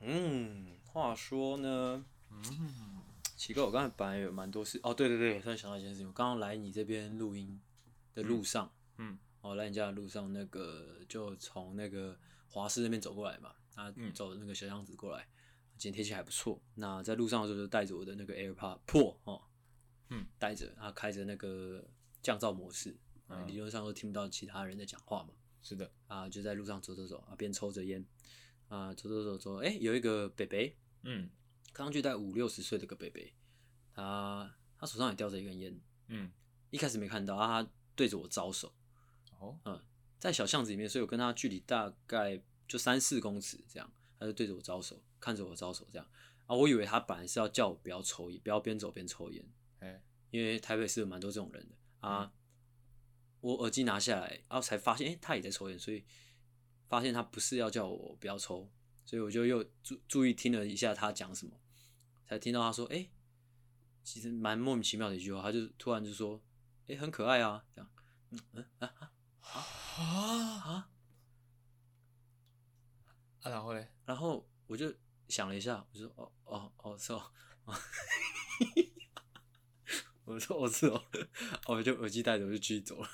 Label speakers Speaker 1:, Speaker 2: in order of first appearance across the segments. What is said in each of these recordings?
Speaker 1: 嗯，话说呢，
Speaker 2: 嗯
Speaker 1: 奇怪，我刚才本来有蛮多事哦，对对对，我突然想到一件事情，我刚刚来你这边录音的路上，
Speaker 2: 嗯嗯，
Speaker 1: 我、来你家的路上，那个就从那个华师那边走过来嘛，他
Speaker 2: 嗯
Speaker 1: 走那个小巷子过来，今天天气还不错，那在路上的时候就带着我的那个 AirPod Pro 哦，
Speaker 2: 嗯，
Speaker 1: 带着，啊，开着那个降噪模式，啊，
Speaker 2: 嗯
Speaker 1: 理论上都听不到其他人在讲话嘛，
Speaker 2: 是的，
Speaker 1: 啊，就在路上走走走啊，边抽着烟，啊，走走走走，哎、有一个北北，
Speaker 2: 嗯
Speaker 1: 看上去大概五六十岁的一个北北，他他手上也叼着一根烟，
Speaker 2: 嗯，
Speaker 1: 一开始没看到啊，他对着我招手，
Speaker 2: 哦，
Speaker 1: 在小巷子里面，所以我跟他距离大概就三四公尺这样，他就对着我招手，看着我招手这样，啊，我以为他本来是要叫我不要抽烟，不要边走边抽烟，
Speaker 2: 哎，
Speaker 1: 因为台北市有蛮多这种人的啊。我耳机拿下来，然、后才发现，诶、他也在抽烟，所以发现他不是要叫我不要抽，所以我就又注注意听了一下他讲什么，才听到他说，诶、其实蛮莫名其妙的一句话，他就突然就说，诶、很可爱啊，这样，嗯嗯啊啊
Speaker 2: 啊
Speaker 1: 啊，
Speaker 2: 啊，然后嘞，
Speaker 1: 然后我就想了一下，我就说哦哦哦是哦， 我说哦是哦，哦我就耳机戴着我就继续走了。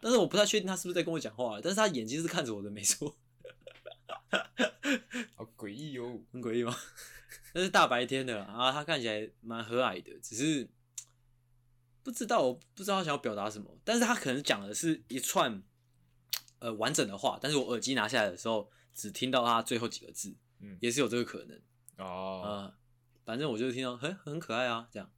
Speaker 1: 但是我不太确定他是不是在跟我讲话，但是他眼睛是看着我的，没错，
Speaker 2: 好诡异哦，
Speaker 1: 很诡异吗？ 但是大白天的啊，他看起来蛮和蔼的，只是不知道我不知道他想要表达什么，但是他可能讲的是一串呃完整的话，但是我耳机拿下来的时候，只听到他最后几个字，
Speaker 2: 嗯，
Speaker 1: 也是有这个可能。
Speaker 2: 哦，
Speaker 1: 啊，反正我就听到很很可爱啊，这样，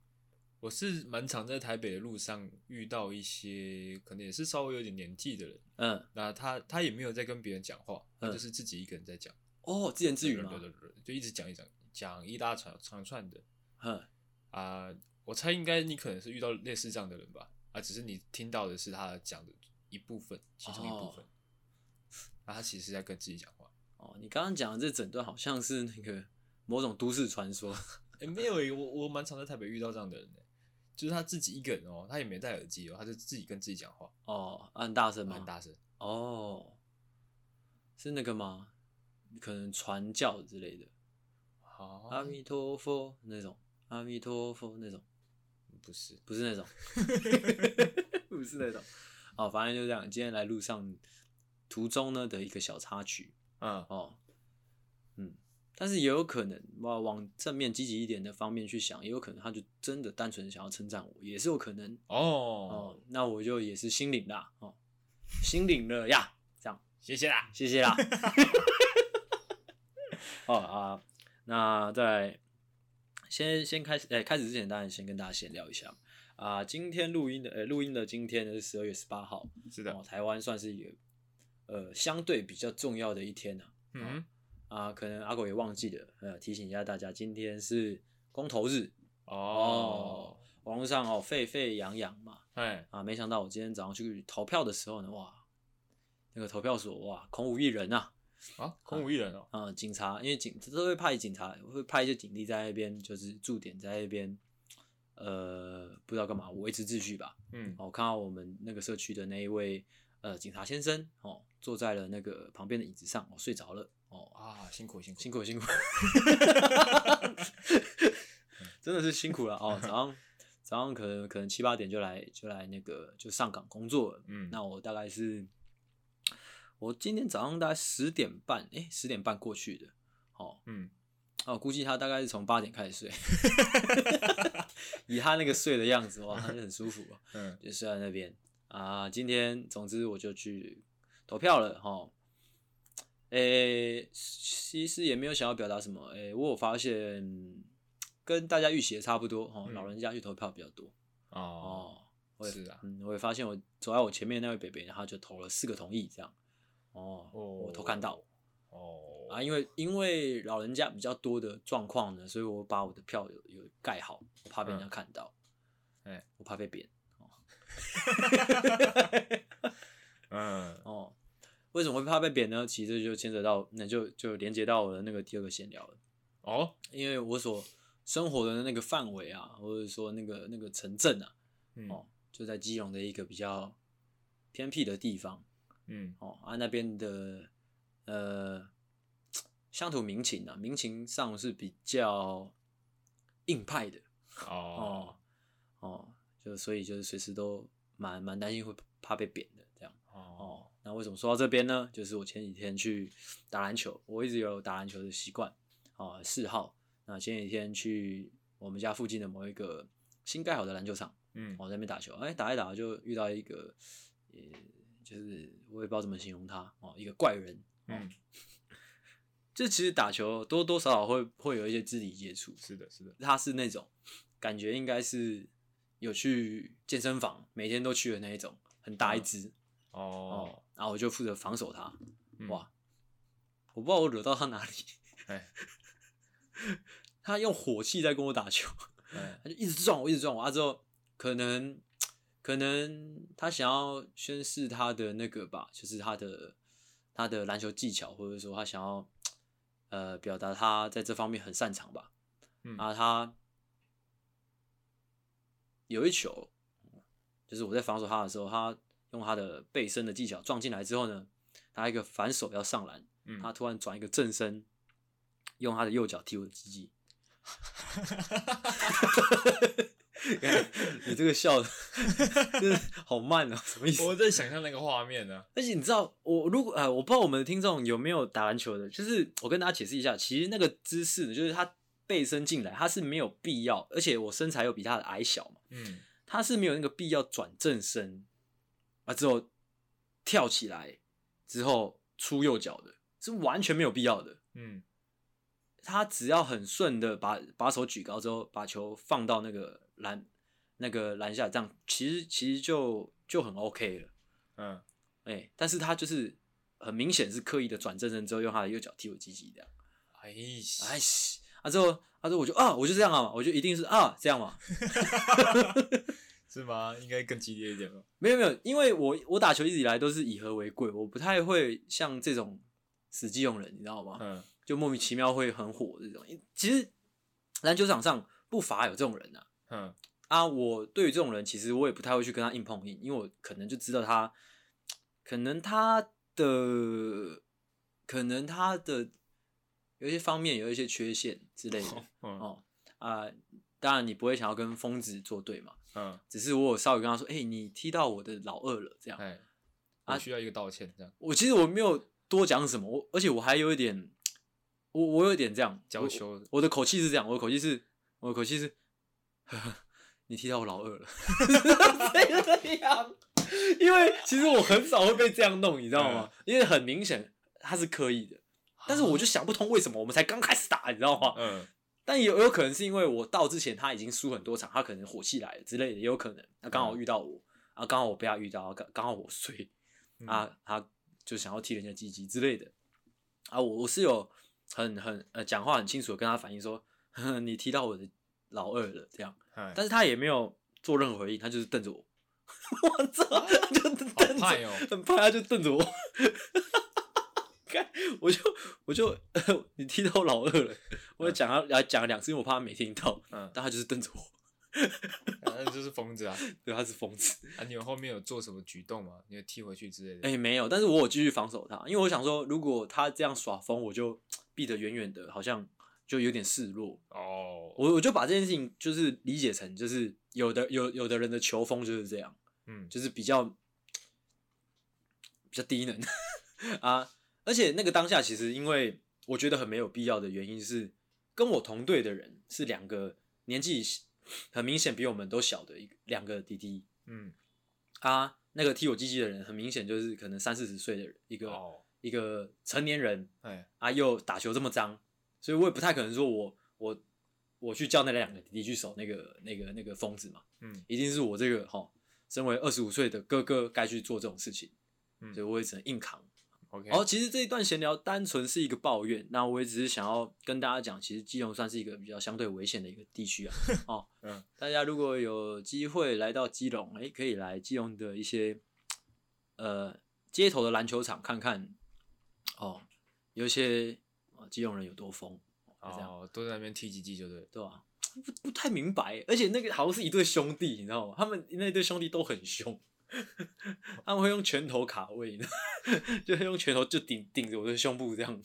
Speaker 2: 我是蛮常在台北的路上遇到一些可能也是稍微有点年纪的人，
Speaker 1: 嗯，
Speaker 2: 那他他也没有在跟别人讲话，他
Speaker 1: 嗯
Speaker 2: 就是自己一个人在讲，
Speaker 1: 哦，自言自语
Speaker 2: 对
Speaker 1: 嘛
Speaker 2: 对，对对，对就一直讲一讲讲一大串长串的
Speaker 1: 嗯，
Speaker 2: 啊，我猜应该你可能是遇到类似这样的人吧，啊，只是你听到的是他讲的一部分，其中一部分，那他其实是在跟自己讲话。
Speaker 1: 哦，你刚刚讲的这整段好像是那个某种都市传说，
Speaker 2: 欸，没有欸，我我蛮常在台北遇到这样的人的、就是他自己一个人哦，他也没戴耳机哦，他就自己跟自己讲话，
Speaker 1: 哦，啊很大声吗？
Speaker 2: 很，大声。
Speaker 1: 哦，是那个吗？可能传教之类的，
Speaker 2: 好、
Speaker 1: 阿弥陀佛那种，阿弥陀佛那种，
Speaker 2: 不是，
Speaker 1: 不是那种， 不是那种，哦，反正就这样。今天来路上途中呢的一个小插曲，
Speaker 2: 嗯，
Speaker 1: 哦，嗯，但是也有可能哇，往正面积极一点的方面去想，也有可能他就真的单纯想要称赞我，也是有可能
Speaker 2: 哦，
Speaker 1: 哦。那我就也是心领啦，哦，心领了呀，这样
Speaker 2: 谢谢啦。
Speaker 1: 谢谢啦。 哦啊，那再来先先开始，哎、开始之前当然先跟大家闲聊一下啊。今天录音的，呃、录音的今天呢是十二月十八号，
Speaker 2: 是的
Speaker 1: 哦，，台湾算是一个呃相对比较重要的一天啊。
Speaker 2: 嗯，
Speaker 1: 啊，可能阿狗也忘记了，呃，提醒一下大家，今天是公投日，
Speaker 2: 哦，
Speaker 1: 网络上哦沸沸扬扬嘛，
Speaker 2: 哎，
Speaker 1: 啊，没想到我今天早上去投票的时候呢，哇，那个投票所哇空无一人啊，
Speaker 2: 啊，空无一人哦，
Speaker 1: 啊、警察因为警这都会派警察，会派一些警力在那边，就是驻点在那边，呃，不知道干嘛，维持秩序吧。
Speaker 2: 嗯，
Speaker 1: 哦，我看到我们那个社区的那一位呃警察先生哦，坐在了那个旁边的椅子上，哦睡着了哦，
Speaker 2: 啊，辛苦辛苦
Speaker 1: 辛苦了辛苦了，真的是辛苦了哦。早上早上可能可能七八点就来就来那个就上岗工作了。
Speaker 2: 嗯，
Speaker 1: 那我大概是我今天早上大概十点半，诶、十点半过去的。哦，
Speaker 2: 嗯，
Speaker 1: 那我估计他大概是从八点开始睡， 以他那个睡的样子，哇，他是很舒服啊，
Speaker 2: 嗯，
Speaker 1: 就睡在那边啊。今天总之我就去投票了哈。哦诶、其实也没有想要表达什么。诶、我有发现跟大家预期的差不多哦，
Speaker 2: 嗯
Speaker 1: 老人家去投票比较多
Speaker 2: 哦，
Speaker 1: 哦。我也
Speaker 2: 是啊
Speaker 1: 嗯，我也发现我走在我前面那位北北，他就投了四个同意这样。哦，
Speaker 2: 哦
Speaker 1: 我偷看到
Speaker 2: 哦，
Speaker 1: 啊，因为因为老人家比较多的状况呢，所以我把我的票有有盖好，我怕被人家看到，
Speaker 2: 嗯哎
Speaker 1: 我怕被扁
Speaker 2: 嗯，
Speaker 1: 哦。为什么会怕被扁呢？其实就牵扯到，那就就连接到我的那个第二个闲聊了。
Speaker 2: 哦，
Speaker 1: 因为我所生活的那个范围啊，或者说那个那个城镇啊，
Speaker 2: 嗯
Speaker 1: 哦，就在基隆的一个比较偏僻的地方
Speaker 2: 嗯，
Speaker 1: 哦，啊那边的呃乡土民情啊，民情上是比较硬派的
Speaker 2: 哦
Speaker 1: 哦哦，就所以就是随时都蛮蛮担心会怕被贬的这样。
Speaker 2: 哦，
Speaker 1: 哦，那为什么说到这边呢？就是我前几天去打篮球，我一直有打篮球的习惯啊嗜好。那前几天去我们家附近的某一个新盖好的篮球场，
Speaker 2: 嗯
Speaker 1: 我在那边打球，哎、打一打就遇到一个，呃，就是我也不知道怎么形容他哦，一个怪人。
Speaker 2: 嗯，
Speaker 1: 就其实打球多多少少会会有一些肢体接触，
Speaker 2: 是的，是的，
Speaker 1: 他是那种感觉应该是有去健身房，每天都去的那一种，很大一只、
Speaker 2: 哦
Speaker 1: 哦，，然后我就负责防守他。
Speaker 2: 嗯
Speaker 1: 哇，我不知道我惹到他哪里，
Speaker 2: 哎，
Speaker 1: 他用火气在跟我打球，
Speaker 2: 哎
Speaker 1: 他就一直撞我，一直撞我。啊，之后可能可能他想要宣示他的那个吧，就是他的他的篮球技巧，或者说他想要呃表达他在这方面很擅长吧。
Speaker 2: 嗯
Speaker 1: 啊，他有一球，就是我在防守他的时候，他用他的背身的技巧撞进来之后呢，他一个反手要上篮，
Speaker 2: 嗯，
Speaker 1: 他突然转一个正身，用他的右脚踢我的鸡 鸡。 你这个笑的 真的好慢哦，什么意思？
Speaker 2: 我在想象那个画面呢，
Speaker 1: 而且你知道，我如果呃，我不知道我们的听众有没有打篮球的，就是我跟大家解释一下，其实那个姿势呢，就是他背身进来，他是没有必要，而且我身材又比他的矮小嘛，
Speaker 2: 嗯，
Speaker 1: 他是没有那个必要转正身啊，之后跳起来之后出右脚的，是完全没有必要的。
Speaker 2: 嗯，
Speaker 1: 他只要很顺的把把手举高之后，把球放到那个篮那个篮下，这样其实其实就就很 OK 了，
Speaker 2: 嗯，
Speaker 1: 哎、但是他就是很明显是刻意的转正身之后，用他的右脚踢我鸡鸡这样，
Speaker 2: 哎，
Speaker 1: 哎西，啊之后啊之后我就啊我就这样啊，我就一定是啊这样嘛，
Speaker 2: 是吗？应该更激烈一点吧？
Speaker 1: 没有没有，因为我我打球一直以来都是以和为贵，我不太会像这种死机用人，你知道吗？
Speaker 2: 嗯，
Speaker 1: 就莫名其妙会很火这种，其实篮球场上不乏有这种人啊。
Speaker 2: 嗯，
Speaker 1: 啊，我对于这种人，其实我也不太会去跟他硬碰硬，因为我可能就知道他，可能他的，可能他的有一些方面有一些缺陷之类的
Speaker 2: 嗯，
Speaker 1: 哦啊、当然你不会想要跟疯子作对嘛，
Speaker 2: 嗯，
Speaker 1: 只是我有稍微跟他说，哎、你踢到我的老二了，这样。
Speaker 2: 哎，
Speaker 1: 啊
Speaker 2: 我需要一个道歉，这样
Speaker 1: 我其实我没有多讲什么，我而且我还有一点，我我有一点这样
Speaker 2: 娇
Speaker 1: 我
Speaker 2: 羞的
Speaker 1: 我的口气是这样，我的口气是，我的口气是， 呵呵你踢到我老二了，这 样，因为其实我很少会被这样弄，你知道吗？
Speaker 2: 嗯
Speaker 1: 因为很明显他是刻意的，但是我就想不通为什么我们才刚开始打，你知道吗？
Speaker 2: 嗯，
Speaker 1: 但也有有可能是因为我到之前他已经输很多场，他可能火气来了之类的，也有可能。那刚好遇到我，啊，刚好我被他遇到，刚刚好我衰，
Speaker 2: 嗯
Speaker 1: 啊，他就想要踢人家鸡鸡之类的。啊，我我是有很很呃讲话很清楚的跟他反映说，呵呵你踢到我的老二了这样，
Speaker 2: 哎，
Speaker 1: 但是他也没有做任何回应，他就是瞪着我， 我 操，他就瞪
Speaker 2: 好
Speaker 1: 着
Speaker 2: 派哦，
Speaker 1: 很怕他就瞪着我，看我就我就、你踢到我老二了，我讲他来讲了两次，因为我怕他没听到，
Speaker 2: 嗯，
Speaker 1: 但他就是瞪着我，
Speaker 2: 那就是疯子啊！
Speaker 1: 对，他是疯子。
Speaker 2: 啊，你们后面有做什么举动吗？你有踢回去之类的？
Speaker 1: 哎、没有，但是我有继续防守他，因为我想说，如果他这样耍疯，我就避得远远的，好像就有点示弱。
Speaker 2: 哦，
Speaker 1: 我我就把这件事情就是理解成，就是有的有有的人的球风就是这样，
Speaker 2: 嗯，
Speaker 1: 就是比较比较低能 啊。而且那个当下，其实因为我觉得很没有必要的原因是，跟我同队的人是两个年纪很明显比我们都小的一个两个弟弟
Speaker 2: 嗯，
Speaker 1: 啊。那个踢我鸡鸡的人，很明显就是可能三四十岁的人一个、
Speaker 2: 哦，
Speaker 1: 一个成年人
Speaker 2: 哎，
Speaker 1: 啊，又打球这么脏，所以我也不太可能说我我我去叫那两个弟弟去守那个那个那个疯子嘛。
Speaker 2: 嗯
Speaker 1: 一定是我这个哈，齁身为二十五岁的哥哥该去做这种事情，
Speaker 2: 嗯
Speaker 1: 所以我也只能硬扛。
Speaker 2: ，OK，
Speaker 1: 好，其实这一段闲聊单纯是一个抱怨，那我也只是想要跟大家讲，其实基隆算是一个比较相对危险的一个地区 啊。哦，
Speaker 2: 嗯，
Speaker 1: 大家如果有机会来到基隆，哎、可以来基隆的一些呃街头的篮球场看看，哦，有一些、哦、基隆人有多疯，就这样
Speaker 2: 哦，都在那边踢几记就对了，
Speaker 1: 对吧、不不太明白，而且那个好像是一对兄弟，你知道吗？他们那对兄弟都很凶， 他们会用 拳头卡位，你知道吗就会用拳头就顶顶着我的胸部这样，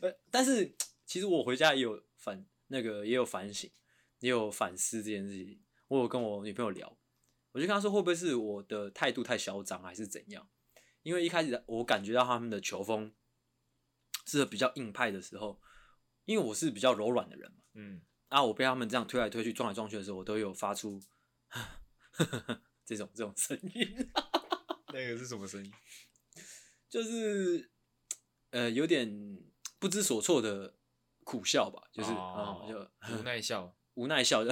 Speaker 1: 呃，但是其实我回家也有反那个也有反省，也有反思这件事情。我有跟我女朋友聊，我就跟她说会不会是我的态度太嚣张，还是怎样？因为一开始我感觉到他们的球风是比较硬派的时候，因为我是比较柔软的人嘛，
Speaker 2: 嗯，
Speaker 1: 啊，我被他们这样推来推去、撞来撞去的时候，我都有发出 这种这种声音。
Speaker 2: 那个是什么声音？
Speaker 1: 就是呃有点不知所措的苦笑吧，就是啊、
Speaker 2: 哦
Speaker 1: 就
Speaker 2: 无奈笑
Speaker 1: 无奈笑就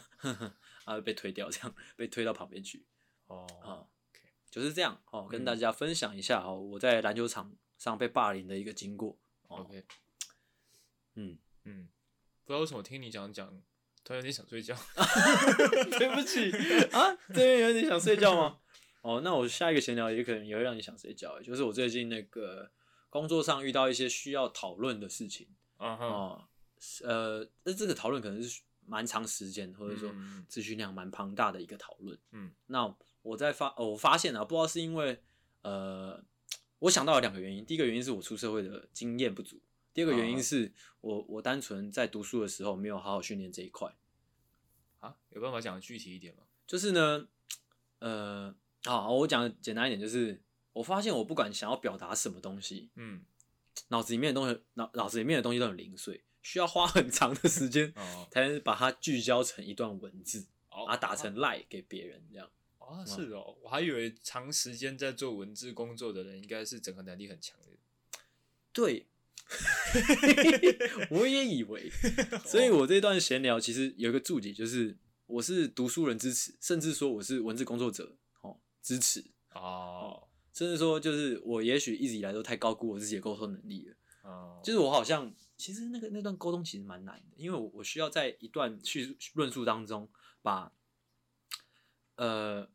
Speaker 1: 啊被推掉，这样被推到旁边去
Speaker 2: 哦，嗯
Speaker 1: 啊就是这样哦，跟大家分享一下哦，我在篮球场上被霸凌的一个经过哦
Speaker 2: OK，
Speaker 1: 嗯，
Speaker 2: 嗯，不知道为什么听你讲讲，突然有点 想睡觉。
Speaker 1: 对不起啊，这边有点想睡觉吗？哦，那我下一个闲聊也可能也会让你想睡觉，欸就是我最近那个工作上遇到一些需要讨论的事情。
Speaker 2: 啊哈，
Speaker 1: 哦，是呃，那这个讨论可能是蛮长时间，或者说
Speaker 2: 嗯
Speaker 1: 资讯量蛮庞大的一个讨论。
Speaker 2: 嗯，
Speaker 1: 那我在发、哦我发现啊，不知道是因为呃，我想到了两个原因。第一个原因是我出社会的经验不足，第二个原因
Speaker 2: 啊
Speaker 1: 是我我单纯在读书的时候没有好好训练这一块。
Speaker 2: 啊，有办法讲得具体一点吗？
Speaker 1: 就是呢，呃，好，我讲得简单一点，就是我发现我不管想要表达什么东西，
Speaker 2: 嗯，
Speaker 1: 脑子里面的东西，脑脑子里面的东西都很零碎，需要花很长的时间
Speaker 2: 哦
Speaker 1: 才能把它聚焦成一段文字，
Speaker 2: 哦
Speaker 1: 把它打成赖给别人这样。
Speaker 2: 啊，是哦，我还以为长时间在做文字工作的人应该是整合能力很强的人。
Speaker 1: 对， 我也以为，所以我这段闲聊其实有一个注解，就是我是读书人支持，甚至说我是文字工作者哦支持，
Speaker 2: 哦，
Speaker 1: 甚至说就是我也许一直以来都太高估我自己的沟通能力了。
Speaker 2: 哦，
Speaker 1: 嗯就是我好像其实那个那段沟通其实蛮难的，因为我我需要在一段叙述论述当中把呃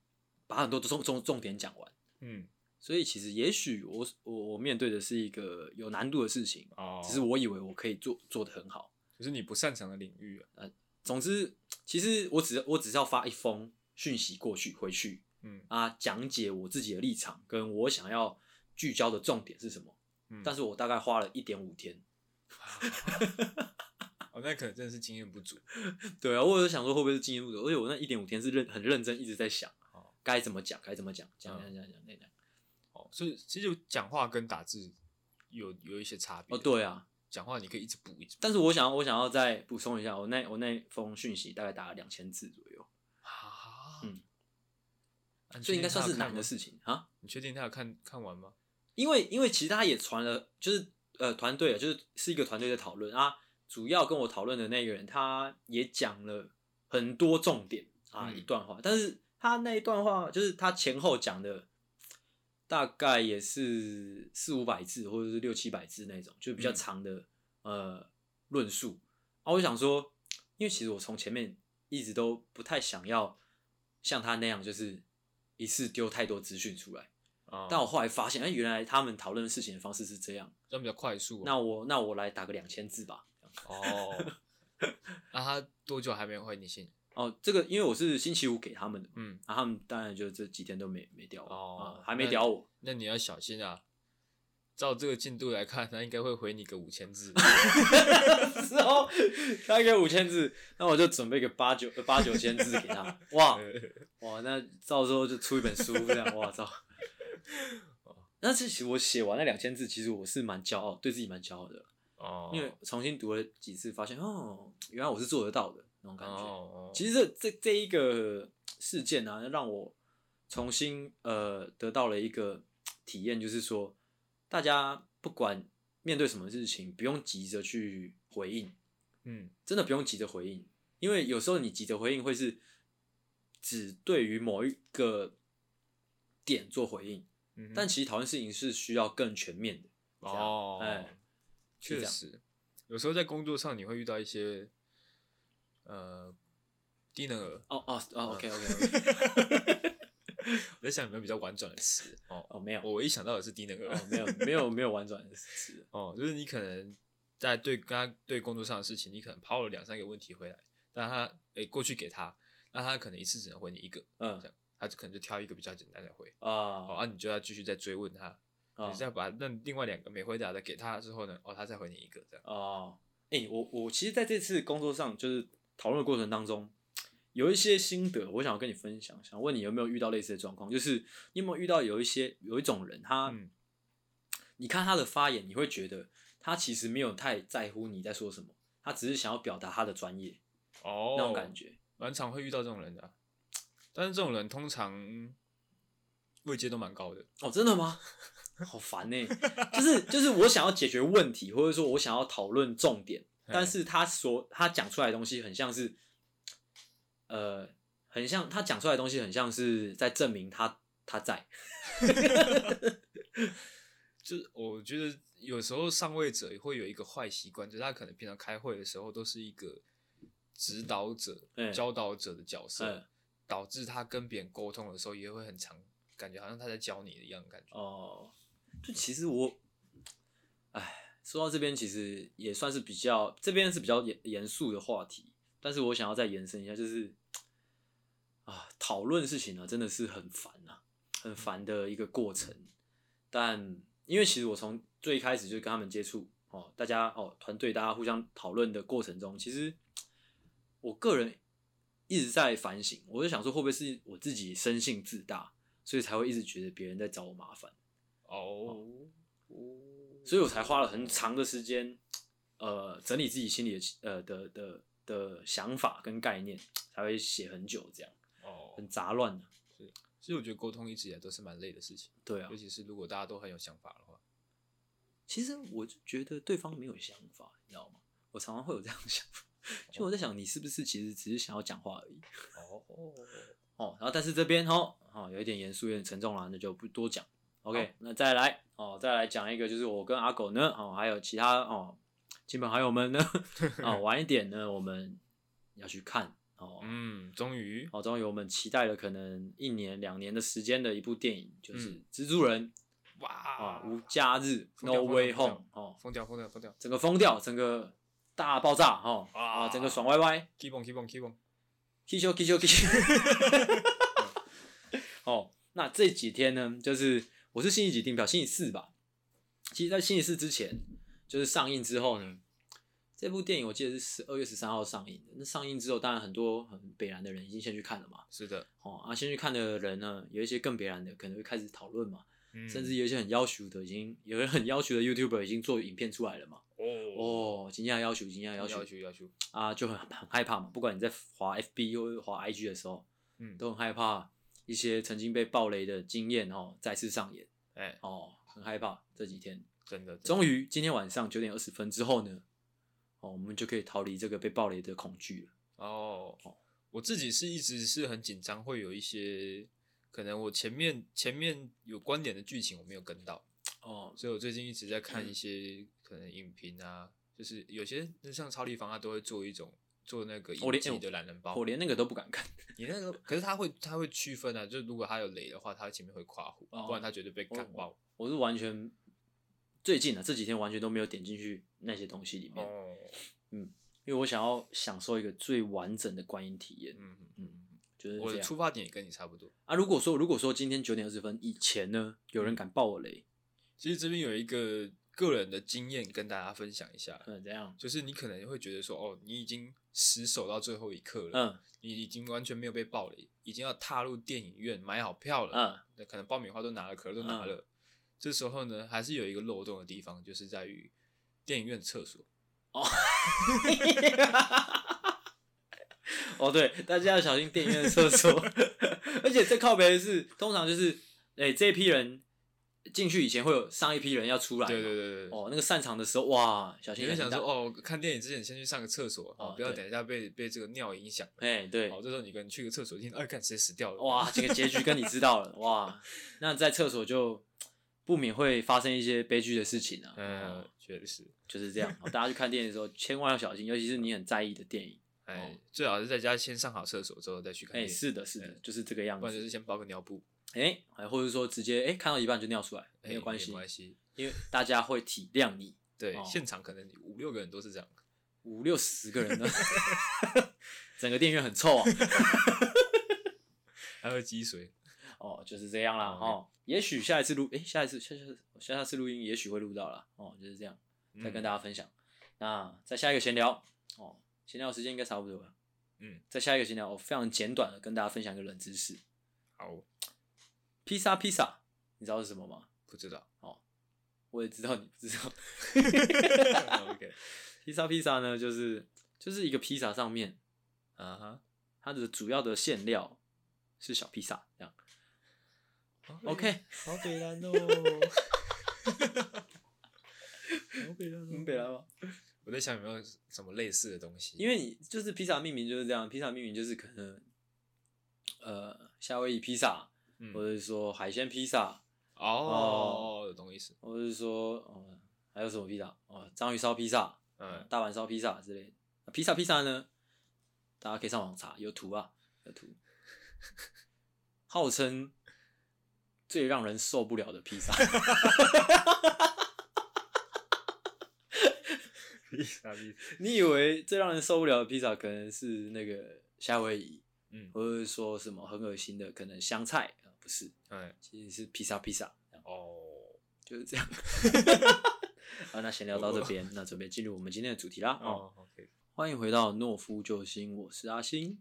Speaker 1: 把很多重重重点讲完，
Speaker 2: 嗯，
Speaker 1: 所以其实也许我我我面对的是一个有难度的事情，
Speaker 2: 哦，
Speaker 1: 只是我以为我可以做做的很好。
Speaker 2: 就是你不擅长的领域啊。
Speaker 1: 总之，其实我只我只是要发一封讯息过去回去
Speaker 2: 嗯
Speaker 1: 啊，讲解我自己的立场跟我想要聚焦的重点是什么，
Speaker 2: 嗯，
Speaker 1: 但是我大概花了一点五天。
Speaker 2: 哦，那可能真的是经验不足。
Speaker 1: 对啊，我有想说会不会是经验不足，而且我那一点五天是认很认真一直在想
Speaker 2: 哦，
Speaker 1: 该怎么讲，该怎么讲，讲
Speaker 2: 嗯
Speaker 1: 讲讲讲那讲。
Speaker 2: 哦，所以其实讲话跟打字有有一些差别。
Speaker 1: 哦，，对啊，
Speaker 2: 讲话你可以一直补一直补。
Speaker 1: 但是我想要我想要再补充一下，我那我那封讯息大概打了两千字左右，
Speaker 2: 啊，
Speaker 1: 嗯
Speaker 2: 啊，
Speaker 1: 所以应该算是难
Speaker 2: 难
Speaker 1: 的事。情啊。
Speaker 2: 你确定他有看看完吗？
Speaker 1: 因为因为其实他也传了，就是呃团队啊，就是是一个团队在讨论啊，主要跟我讨论的那个人他也讲了很多重点啊、
Speaker 2: 嗯
Speaker 1: 一段话，但是他那一段话就是他前后讲的大概也是四五百字或者是六七百字那种，就比较
Speaker 2: 嗯
Speaker 1: 长的、呃论述啊，我就想说，因为其实我从前面一直都不太想要像他那样，就是一次丢太多资讯出来。
Speaker 2: 啊，
Speaker 1: 但我后来发现，哎、原来他们讨论事情的方式是这样。
Speaker 2: 这样比较快速哦。
Speaker 1: 那我那我来打个两千字吧。
Speaker 2: 哦， 那他多久还没回你信？
Speaker 1: 哦，这个因为我是星期五给他们的，
Speaker 2: 嗯，
Speaker 1: 啊，他们当然就这几天都没没屌我，
Speaker 2: 哦
Speaker 1: 啊，还没屌我。
Speaker 2: 那你要小心啊！照这个进度来看，他应该会回你个五 千字。
Speaker 1: 之后他给五千字，那我就准备个八九八九千字给他。哇
Speaker 2: 哦
Speaker 1: 哇，那到时候就出一本书这样，哇 操！
Speaker 2: 哦
Speaker 1: 那其实我写完那两千字，其实我是蛮骄傲，对自己蛮骄傲的，
Speaker 2: 哦，
Speaker 1: 因为重新读了几次，发现哦，原来我是做得到的那种感觉。
Speaker 2: 哦，
Speaker 1: 其
Speaker 2: 实
Speaker 1: 实这这这一个事件呢、啊，让我重新呃得到了一个体验，就是说，大家不管面对什么事情，不用急着去回应，
Speaker 2: 嗯
Speaker 1: 真的不用急着回应，因为有时候你急着回应会是只对于某一个点做回应，
Speaker 2: 嗯哼，
Speaker 1: 但其实讨论事情是需要更全面的。这样
Speaker 2: 哦，
Speaker 1: 哎，是
Speaker 2: 确
Speaker 1: 这样
Speaker 2: 实，有时候在工作上你会遇到一些呃低能儿，
Speaker 1: 哦哦哦，OK OK，
Speaker 2: 我在想有没有比较婉转的词哦。
Speaker 1: 哦没有，
Speaker 2: 我一想到的是低能
Speaker 1: 哦
Speaker 2: 儿，
Speaker 1: 没有没有没有婉转的 词，
Speaker 2: 哦，就是你可能在对跟他对工作上的事情，你可能抛了两三个问题回来，但他诶、过去给他，那他可能一次只能回你一个，
Speaker 1: 嗯
Speaker 2: 这样他就可能就挑一个比较简单的回，
Speaker 1: 啊
Speaker 2: 哦，啊你就要继续再追问他，
Speaker 1: 哦
Speaker 2: 你再把那另外两个没回答的给他之后呢，哦，他再回你一个这样。
Speaker 1: 哦，哎、我我其实在这次工作上就是讨论的过程当中，有一些心得，我想要跟你分享，想问你有没有遇到类似的状况？就是你有没有遇到有一些有一种人，他、
Speaker 2: 嗯
Speaker 1: 你看他的发言，你会觉得他其实没有太在乎你在说什么，他只是想要表达他的专业、
Speaker 2: 哦，
Speaker 1: 那种感，觉。
Speaker 2: 蛮常会遇到这种人的啊、但是这种人通常位阶都蛮高的。
Speaker 1: 哦，真的吗？ 好烦呢、就是就是我想要解决问题，或者说我想要讨论重点，但是他所他讲出来的东西很像是，呃，很像他讲出来的东西很像是在证明他他在
Speaker 2: 就是我觉得有时候上位者会有一个坏习惯，就是他可能平常开会的时候都是一个指导者、
Speaker 1: 嗯
Speaker 2: 教导者的角色，
Speaker 1: 嗯
Speaker 2: 导致他跟别人沟通的时候也会很常感觉好像他在教你一样的感觉。
Speaker 1: 哦、就其实我，哎，说到这边其实也算是比较这边是比较严严肃的话题，但是我想要再延伸一下，就是啊，讨论事情呢、真的是很烦啊。很烦的一个过程。但因为其实我从最开始就跟他们接触哦，大家哦团队大家互相讨论的过程中，其实我个人一直在反省，我就想说会不会是我自己生性自大，所以才会一直觉得别人在找我麻烦，
Speaker 2: 哦，
Speaker 1: 所以我才花了很长的时间，呃，整理自己心里的呃的的的想法跟概念，才会写很久这样，
Speaker 2: 哦，
Speaker 1: 很杂乱啊的。
Speaker 2: 其实我觉得沟通一直以来都是蛮累的事情，
Speaker 1: 对啊
Speaker 2: 尤，其是如果大家都很有想法的话。
Speaker 1: 其实我就觉得对方没有想法，你知道吗？我常常会有这样的想法， 就我在想你是不是其实只是想要讲话而已
Speaker 2: 哦，
Speaker 1: 哦。然后但是这边哦哦有一点严肃，有点沉重啦，那就不多讲。OK，
Speaker 2: 好
Speaker 1: 那再来哦，再来讲一个，就是我跟阿狗呢哦，还有其他哦亲朋好友 们呢啊、晚一点呢我们要去看哦。
Speaker 2: 嗯，终于
Speaker 1: 哦，终于我们期待了可能一年两年的时间的一部电影，就是《
Speaker 2: 嗯
Speaker 1: 蜘蛛人》
Speaker 2: 哇
Speaker 1: 啊，无假日
Speaker 2: 疯掉
Speaker 1: No
Speaker 2: 疯掉
Speaker 1: Way
Speaker 2: 疯掉
Speaker 1: Home 哦，
Speaker 2: 疯掉疯掉疯掉
Speaker 1: 整个疯掉，整个大爆炸哦，
Speaker 2: 啊
Speaker 1: 啊，整个爽歪歪
Speaker 2: ，keep on keep on keep on，
Speaker 1: ，K 修 K 修 K 修。 哦，那这几天呢，就是我是星期几订票，星期四吧。其实，在星期四之前，就是上映之后呢，这部电影我记得是十二月十三号上映的。那上映之后，当然很多很北然的人已经先去看了嘛。
Speaker 2: 是的，
Speaker 1: 哦，啊，先去看的人呢，有一些更北然的，可能会开始讨论嘛。
Speaker 2: 嗯
Speaker 1: 甚至有一些很要求的，已经有人很要求的 YouTuber 已经做影片出来了嘛。
Speaker 2: 哦
Speaker 1: 哦，今天要求，今天要
Speaker 2: 要
Speaker 1: 求
Speaker 2: 求，要求，
Speaker 1: 啊，就很很害怕嘛。不管你在滑 FB 或者滑 IG 的时候，
Speaker 2: 嗯，
Speaker 1: 都很害怕一些曾经被暴雷的经验哦再次上演
Speaker 2: 哎，
Speaker 1: 哦，很害怕。这几天，
Speaker 2: 真的，
Speaker 1: 终于今天晚上九点二十分之后呢，哦，我们就可以逃离这个被暴雷的恐惧了。
Speaker 2: 哦
Speaker 1: 哦，
Speaker 2: 我自己是一直是很紧张，会有一些可能我前面前面有观点的剧情我没有跟到，
Speaker 1: 哦，
Speaker 2: 所以我最近一直在看一
Speaker 1: 嗯
Speaker 2: 些可能影评啊，就是有些就像超立方他都会做一种做那个
Speaker 1: 我
Speaker 2: 影
Speaker 1: 连
Speaker 2: 集的懒人包
Speaker 1: 我，连那个都不敢看。
Speaker 2: 你那个可是他会他会区分啊，就如果他有雷的话，他前面会夸胡，
Speaker 1: 哦
Speaker 2: 不然他绝对被干
Speaker 1: 我
Speaker 2: 爆。
Speaker 1: 我是完全最近啊这几天完全都没有点进去那些东西里面，
Speaker 2: 哦，
Speaker 1: 因为我想要享受一个最完整的观影体验。
Speaker 2: 嗯嗯
Speaker 1: 嗯，就是
Speaker 2: 我
Speaker 1: 这
Speaker 2: 的
Speaker 1: 样
Speaker 2: 出发点也跟你差不多。
Speaker 1: 啊，如果说如果说今天九点二十分以前呢，有
Speaker 2: 嗯
Speaker 1: 人敢爆我雷，
Speaker 2: 其实这边有一个个人的经验跟大家分享一下，
Speaker 1: 嗯，怎样？
Speaker 2: 就是你可能会觉得说，哦，你已经死守到最后一刻了，
Speaker 1: 嗯
Speaker 2: 你已经完全没有被暴雷，已经要踏入电影院买好票了，
Speaker 1: 嗯
Speaker 2: 那、可能爆米花都拿了，可乐都拿了，这时候呢，还是有一个漏洞的地方，就是在于电影院厕所。
Speaker 1: 哦，对，大家要小心电影院的厕 所。而且最靠北的是，通常就是，哎、这一批人进去以前会有上一批人要出来嘛。
Speaker 2: 对对对对对。
Speaker 1: 哦，那个散场的时候，哇，小
Speaker 2: 你
Speaker 1: 心！
Speaker 2: 会想
Speaker 1: 小
Speaker 2: 说
Speaker 1: 心
Speaker 2: 哦，看电影之前先去上个厕所哦
Speaker 1: 哦
Speaker 2: 不要
Speaker 1: 对
Speaker 2: 等一下被被这个尿影响。哦
Speaker 1: 大，哎、对，
Speaker 2: 好，这时候你可能去个厕所，听，哎，看谁死掉了。
Speaker 1: 哇，这个结局跟你知道 了，哇，那在厕所就不免会发生一些悲剧的事情啊。
Speaker 2: 嗯
Speaker 1: 哦，
Speaker 2: 确实，
Speaker 1: 就是这样。哦大家去看电影的时候，千万要小心，尤其是你很在意的电影。
Speaker 2: 哎，最好是在家先上好厕所之后再去看
Speaker 1: 哦哎、
Speaker 2: 电影，
Speaker 1: 是的，是的，就是这个样
Speaker 2: 不然就
Speaker 1: 子。
Speaker 2: 是先包个尿布，
Speaker 1: 哎、哎，或者说直接哎、看到一半就尿出来，
Speaker 2: 哎
Speaker 1: 没有关系，
Speaker 2: 没关系。
Speaker 1: 因为大家会体谅你。
Speaker 2: 对，
Speaker 1: 哦
Speaker 2: 现场可能五六个人都是这样。
Speaker 1: 五六十个 人呢，整个电影院很臭啊。
Speaker 2: 还有积水。
Speaker 1: 哦，就是这样啦。
Speaker 2: 哦
Speaker 1: 哦，也许下一次录，诶、下一次下下下下次录音，也许会录到啦。哦，就是这样，再
Speaker 2: 嗯
Speaker 1: 跟大家分享。那再下一个闲聊，哦，闲聊时间应该差不多了。
Speaker 2: 嗯，
Speaker 1: 再下一个闲聊，我、哦非常简短的跟大家分享一个冷知识：
Speaker 2: 好，
Speaker 1: 披萨，披萨，你知道是什么吗？
Speaker 2: 不知 道。
Speaker 1: 我也知道你不知道。
Speaker 2: OK，
Speaker 1: 披萨，披萨呢，就是就是一个披萨上面
Speaker 2: 啊哈
Speaker 1: 它的主要的馅料是小披萨，这样。OK
Speaker 2: 好北南 哦，好北南哦。
Speaker 1: 北来吗？
Speaker 2: 我在想有没有什么类似的东西，
Speaker 1: 因为你就是披萨命名就是这样，披萨命名就是可能，呃，夏威夷披萨，
Speaker 2: 嗯
Speaker 1: 或者是说海鲜披萨，
Speaker 2: 哦，有懂意思，
Speaker 1: 或者是说哦、还有什么披萨哦，章鱼烧披萨，
Speaker 2: 嗯，
Speaker 1: 大阪烧披萨之类的。那披萨披萨呢，大家可以上网查，有图啊，有图。号称最让人受不了的披萨， 你以为最让人受不了的披萨可能是那个夏威夷，
Speaker 2: 嗯，
Speaker 1: 或者是说什么很恶心的，可能香菜，呃不是，
Speaker 2: 哎，
Speaker 1: 其实是披萨披萨，这样
Speaker 2: 哦，
Speaker 1: 就是这样。 啊，那闲聊到这边，那准备进入我们今天的主题啦。哦，
Speaker 2: 哦，OK，
Speaker 1: 欢迎回到懦夫救星，我是阿星。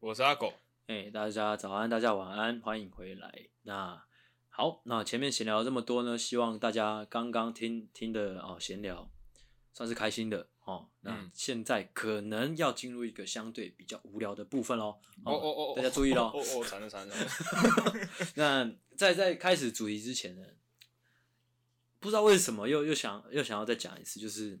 Speaker 2: 我是阿狗，
Speaker 1: 哎、大家早安，大家晚安，欢迎回来。那好，那前面闲聊这么多呢，希望大家刚刚听听的哦闲聊算是开心的哦。那
Speaker 2: 嗯
Speaker 1: 现在可能要进入一个相对比较无聊的部分喽。
Speaker 2: 哦哦哦，
Speaker 1: 大家注意喽。
Speaker 2: 哦哦，惨 了惨了，
Speaker 1: 那在在开始主题之前呢，不知道为什么又又想又想要再讲一次，就是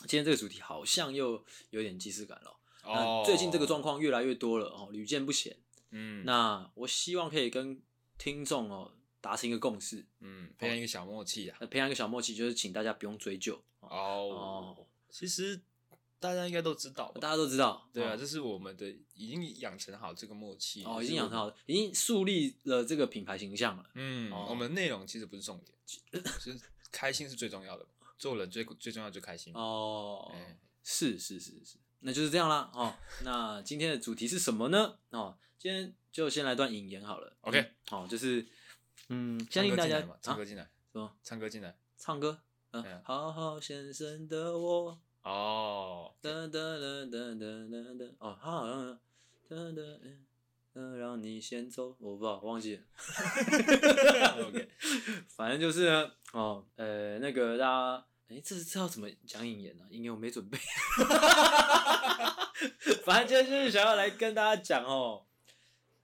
Speaker 1: 今天这个主题好像又有点既视感了。
Speaker 2: 哦
Speaker 1: 那，最近这个状，况越来越多了哦，屡见不鲜。
Speaker 2: 嗯，
Speaker 1: 那我希望可以跟听众哦达成一个共识，
Speaker 2: 嗯，培养一个小默契啊，
Speaker 1: 那培养一个小默契，就是请大家不用追究哦。
Speaker 2: 哦
Speaker 1: 哦，
Speaker 2: 其实大家应该都知道吧，
Speaker 1: 大家都知道，
Speaker 2: 对啊，
Speaker 1: 哦
Speaker 2: 这是我们的已经养成好这个默契
Speaker 1: 哦，已经养成，
Speaker 2: 就是我
Speaker 1: 好了，已经树立了这个品牌形象了。
Speaker 2: 嗯，
Speaker 1: 哦
Speaker 2: 我们内容其实不是重点，是开心是最重要的，做人最最重要就开心，
Speaker 1: 哦，
Speaker 2: 嗯哎
Speaker 1: 是是是是，那就是这样啦哦。 那今天的主题是什么呢？哦，今天就先来段引言好了。
Speaker 2: OK
Speaker 1: 好、哦，就是嗯，相
Speaker 2: 唱
Speaker 1: 信
Speaker 2: 歌
Speaker 1: 大
Speaker 2: 进
Speaker 1: 家
Speaker 2: 来嘛，唱
Speaker 1: 啊
Speaker 2: 歌，进来，
Speaker 1: 什么
Speaker 2: 唱歌进来，
Speaker 1: 唱歌？嗯、
Speaker 2: 哎呀
Speaker 1: 好好先生的我，
Speaker 2: 哦，
Speaker 1: 噔噔噔噔噔噔噔，哦，他好像噔噔。嗯嗯，让你先走，我不知道，忘记了。
Speaker 2: OK
Speaker 1: 反正就是呢哦，呃，那个大家，哎、这是这要怎么讲引言呢、引言我没准备。 反正就是想要来跟大家讲哦，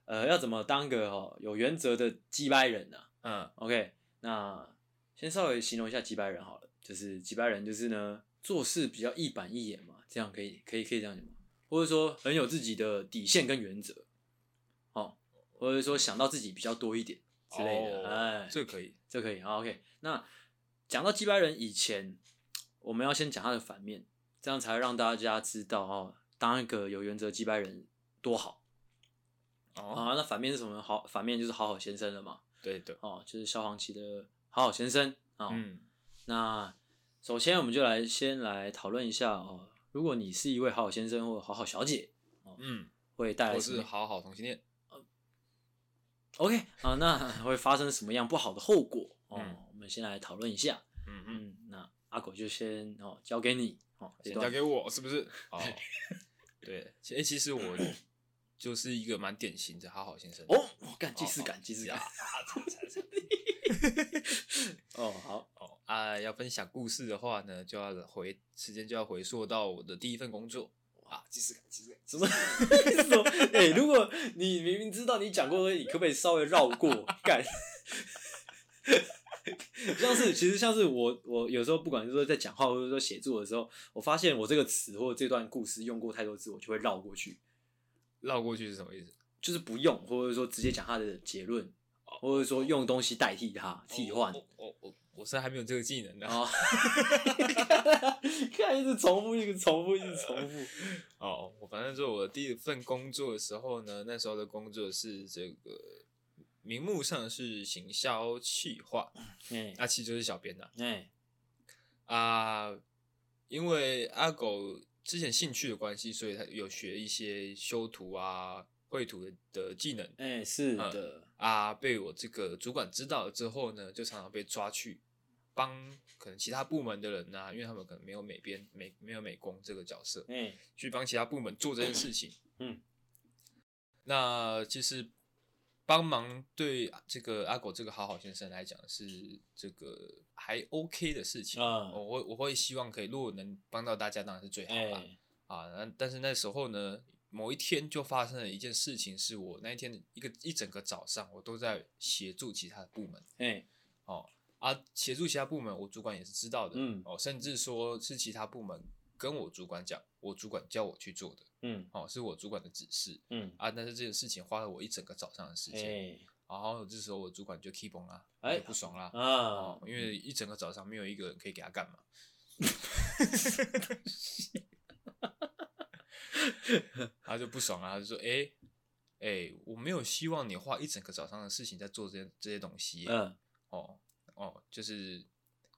Speaker 1: 呃，要怎么当个哦有原则的击败人啊呢、
Speaker 2: 嗯
Speaker 1: OK，那先稍微形容一下击败人好了，就是击败人就是呢做事比较一板一眼嘛，这样可以可以可以这样讲吗？或者说很有自己的底线跟原则，哦，或者说想到自己比较多一点 之类的，
Speaker 2: 哦
Speaker 1: 哎，
Speaker 2: 这个可以，
Speaker 1: 这可以好 OK，那讲到击败人以前，我们要先讲他的反面，这样才会让大家知道哦，当一个有原则击败人多好
Speaker 2: 哦，
Speaker 1: 啊。那反面是什么？好，反面就是好好先生了嘛，
Speaker 2: 对的，
Speaker 1: 哦，就是萧煌奇的好好先生啊。哦
Speaker 2: 嗯，
Speaker 1: 那首先我们就来先来讨论一下哦，如果你是一位好好先生或好好小姐，
Speaker 2: 嗯，
Speaker 1: 会带来
Speaker 2: 我
Speaker 1: 什
Speaker 2: 是
Speaker 1: 么
Speaker 2: 好好同性恋，
Speaker 1: OK 啊？那 会发生什么样不好的后果？哦，
Speaker 2: 嗯
Speaker 1: 我们先来讨论一下。
Speaker 2: 嗯嗯，
Speaker 1: 嗯，那阿狗就先哦交给你哦，这
Speaker 2: 先
Speaker 1: 段
Speaker 2: 交给我是不是？ 哦，对，其哎诶其实我就是一个蛮典型的好好先生，
Speaker 1: 哦，我干既视感，既视
Speaker 2: 啊
Speaker 1: 感。
Speaker 2: 啊惨惨惨
Speaker 1: 哦，好，
Speaker 2: 哦啊，要分享故事的话呢，就要回时间就要回溯到我的第一份工作啊，即视感，即视感，
Speaker 1: 什么 什么？哎、如果你明明知道你讲过的，你可不可以稍微绕过 干？像是其实像是我我有时候不管是说在讲话或者说写作的时候，我发现我这个词或者这段故事用过太多次，我就会绕过去，
Speaker 2: 绕过去是什么意思？
Speaker 1: 就是不用，或者说直接讲它的结论，或者说用东西代替它替换。
Speaker 2: 哦我我我我是还没有这个技能的
Speaker 1: 哦， 看一直重复，一直重复，一直重复。
Speaker 2: 哦，我反正就我的第一份工作的时候呢，那时候的工作是这个名目上是行销企划，
Speaker 1: 哎
Speaker 2: 那、其实就是小编呐
Speaker 1: 哎
Speaker 2: 啊、因为阿狗之前兴趣的关系，所以他有学一些修图啊，绘图的的技能
Speaker 1: 哎、是的，
Speaker 2: 啊，被我这个主管知道了之后呢，就常常被抓去帮可能其他部门的人呐、因为他们可能没有美编美没有美工这个角色，
Speaker 1: 哎、
Speaker 2: 去帮其他部门做这件事情。
Speaker 1: 嗯，
Speaker 2: 那其实帮忙对这个阿狗这个好好先生来讲是这个还 OK 的事情。
Speaker 1: 啊
Speaker 2: 我会我会希望可以，如果能帮到大家，当然是最好
Speaker 1: 哎、
Speaker 2: 啦。啊，那但是那时候呢，某一天就发生了一件事情，是我那一天一个一整个早上，我都在协助其他的部门
Speaker 1: 哎、
Speaker 2: 哦啊，协助其他部门，我主管也是知道的，
Speaker 1: 嗯
Speaker 2: 哦，甚至说是其他部门跟我主管讲，我主管叫我去做的，
Speaker 1: 嗯
Speaker 2: 哦，是我主管的指示
Speaker 1: 嗯，
Speaker 2: 啊，但是这件事情花了我一整个早上的时
Speaker 1: 哎、
Speaker 2: 间，然后这时候我主管就 keep on 啦，
Speaker 1: 哎
Speaker 2: 就不爽啦，
Speaker 1: 啊
Speaker 2: 哦，，因为一整个早上没有一个人可以给他干嘛。 他就不爽了，他就说：“哎、哎、我没有希望你花一整个早上的事情在做这些这些东西、
Speaker 1: 嗯
Speaker 2: 哦哦，就是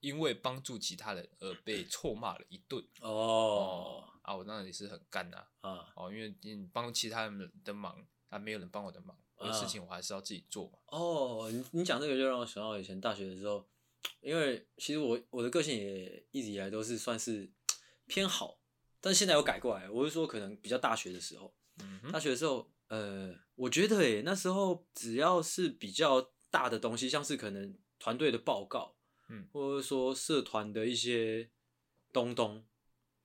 Speaker 2: 因为帮助其他人而
Speaker 1: 嗯
Speaker 2: 被臭骂了一顿
Speaker 1: 哦
Speaker 2: 啊！我当然也是很干呐、
Speaker 1: 啊
Speaker 2: 哦，因为你帮其他人的忙，啊，没有人帮我的忙，我的
Speaker 1: 嗯
Speaker 2: 事情我还是要自己做嘛。
Speaker 1: 哦，你你讲这个就让我想到以前大学的时候，因为其实我我的个性也一直以来都是算是偏好，但现在有改过来，我是说可能比较大学的时候，
Speaker 2: 嗯
Speaker 1: 大
Speaker 2: 哼，
Speaker 1: 学的时候，呃，我觉得诶、那时候只要是比较大的东西，像是可能团队的报告，
Speaker 2: 嗯
Speaker 1: 或者说社团的一些东东，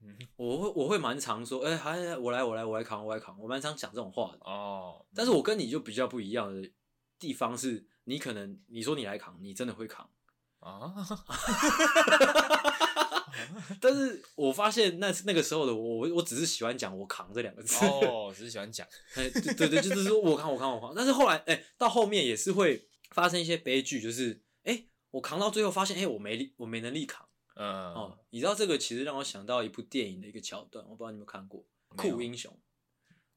Speaker 2: 嗯哼，
Speaker 1: 我会我会蛮常说，哎、还还我来我来我来扛我来扛，我蛮常讲这种话的。
Speaker 2: 哦，
Speaker 1: 但是我跟你就比较不一样的地方是，你可能你说你来扛，你真的会扛，
Speaker 2: 啊，
Speaker 1: 但是我发现那那个时候的我，我我只是喜欢讲我扛这两个字。
Speaker 2: 哦，只是喜欢讲，
Speaker 1: 哎，对对对，就是说我扛我扛我扛，但是后来哎、到后面也是会发生一些悲剧，就是哎、我扛到最后发现哎、我没力我没能力扛
Speaker 2: 嗯，
Speaker 1: 哦，你知道这个其实让我想到一部电影的一个桥段，我不知道你有没有看过《
Speaker 2: 没有
Speaker 1: 酷英雄》。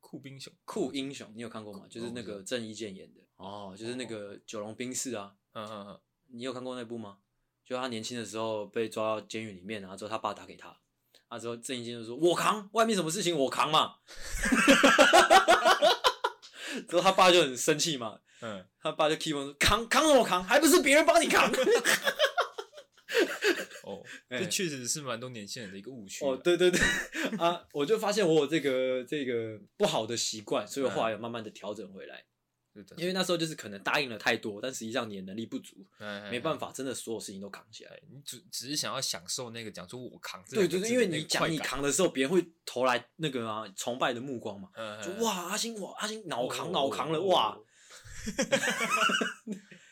Speaker 2: 酷冰熊，
Speaker 1: 酷英雄，你有看过吗
Speaker 2: 酷？
Speaker 1: 就是那
Speaker 2: 我
Speaker 1: 个
Speaker 2: 不
Speaker 1: 郑伊健演的哦，就是那个九龙冰室啊。
Speaker 2: 嗯嗯嗯，
Speaker 1: 你有看过那部吗？就他年轻的时候被抓到监狱里面，然后之后他爸打给他，啊之后郑伊健就说：“我扛，外面什么事情我扛嘛。” 之后他爸就很生气嘛，
Speaker 2: 嗯，
Speaker 1: 他爸就 keep on 说扛扛什么扛，还不是别人帮你扛。
Speaker 2: 哦，
Speaker 1: 哎
Speaker 2: 这确实是蛮多年轻人的一个误区啊。
Speaker 1: 哦，对对对，啊，我就发现我有这个这个不好的习惯，所以我后来有慢慢的调整回来，
Speaker 2: 对的，
Speaker 1: 因为那时候就是可能答应了太多，但实际上你的能力不足，没办
Speaker 2: 法，
Speaker 1: 法，真的所有事情都扛起来。
Speaker 2: 哎你只只是想要享受那个讲出我扛这
Speaker 1: 对，
Speaker 2: 两
Speaker 1: 就
Speaker 2: 个
Speaker 1: 是
Speaker 2: 字
Speaker 1: 因为
Speaker 2: 的那
Speaker 1: 你
Speaker 2: 个
Speaker 1: 讲
Speaker 2: 快
Speaker 1: 你
Speaker 2: 感，
Speaker 1: 扛的时候，别人会投来那个啊崇拜的目光嘛，
Speaker 2: 嗯
Speaker 1: 就，
Speaker 2: 嗯
Speaker 1: 哇阿星哇阿星脑扛
Speaker 2: 哦
Speaker 1: 脑扛了
Speaker 2: 哦
Speaker 1: 哇，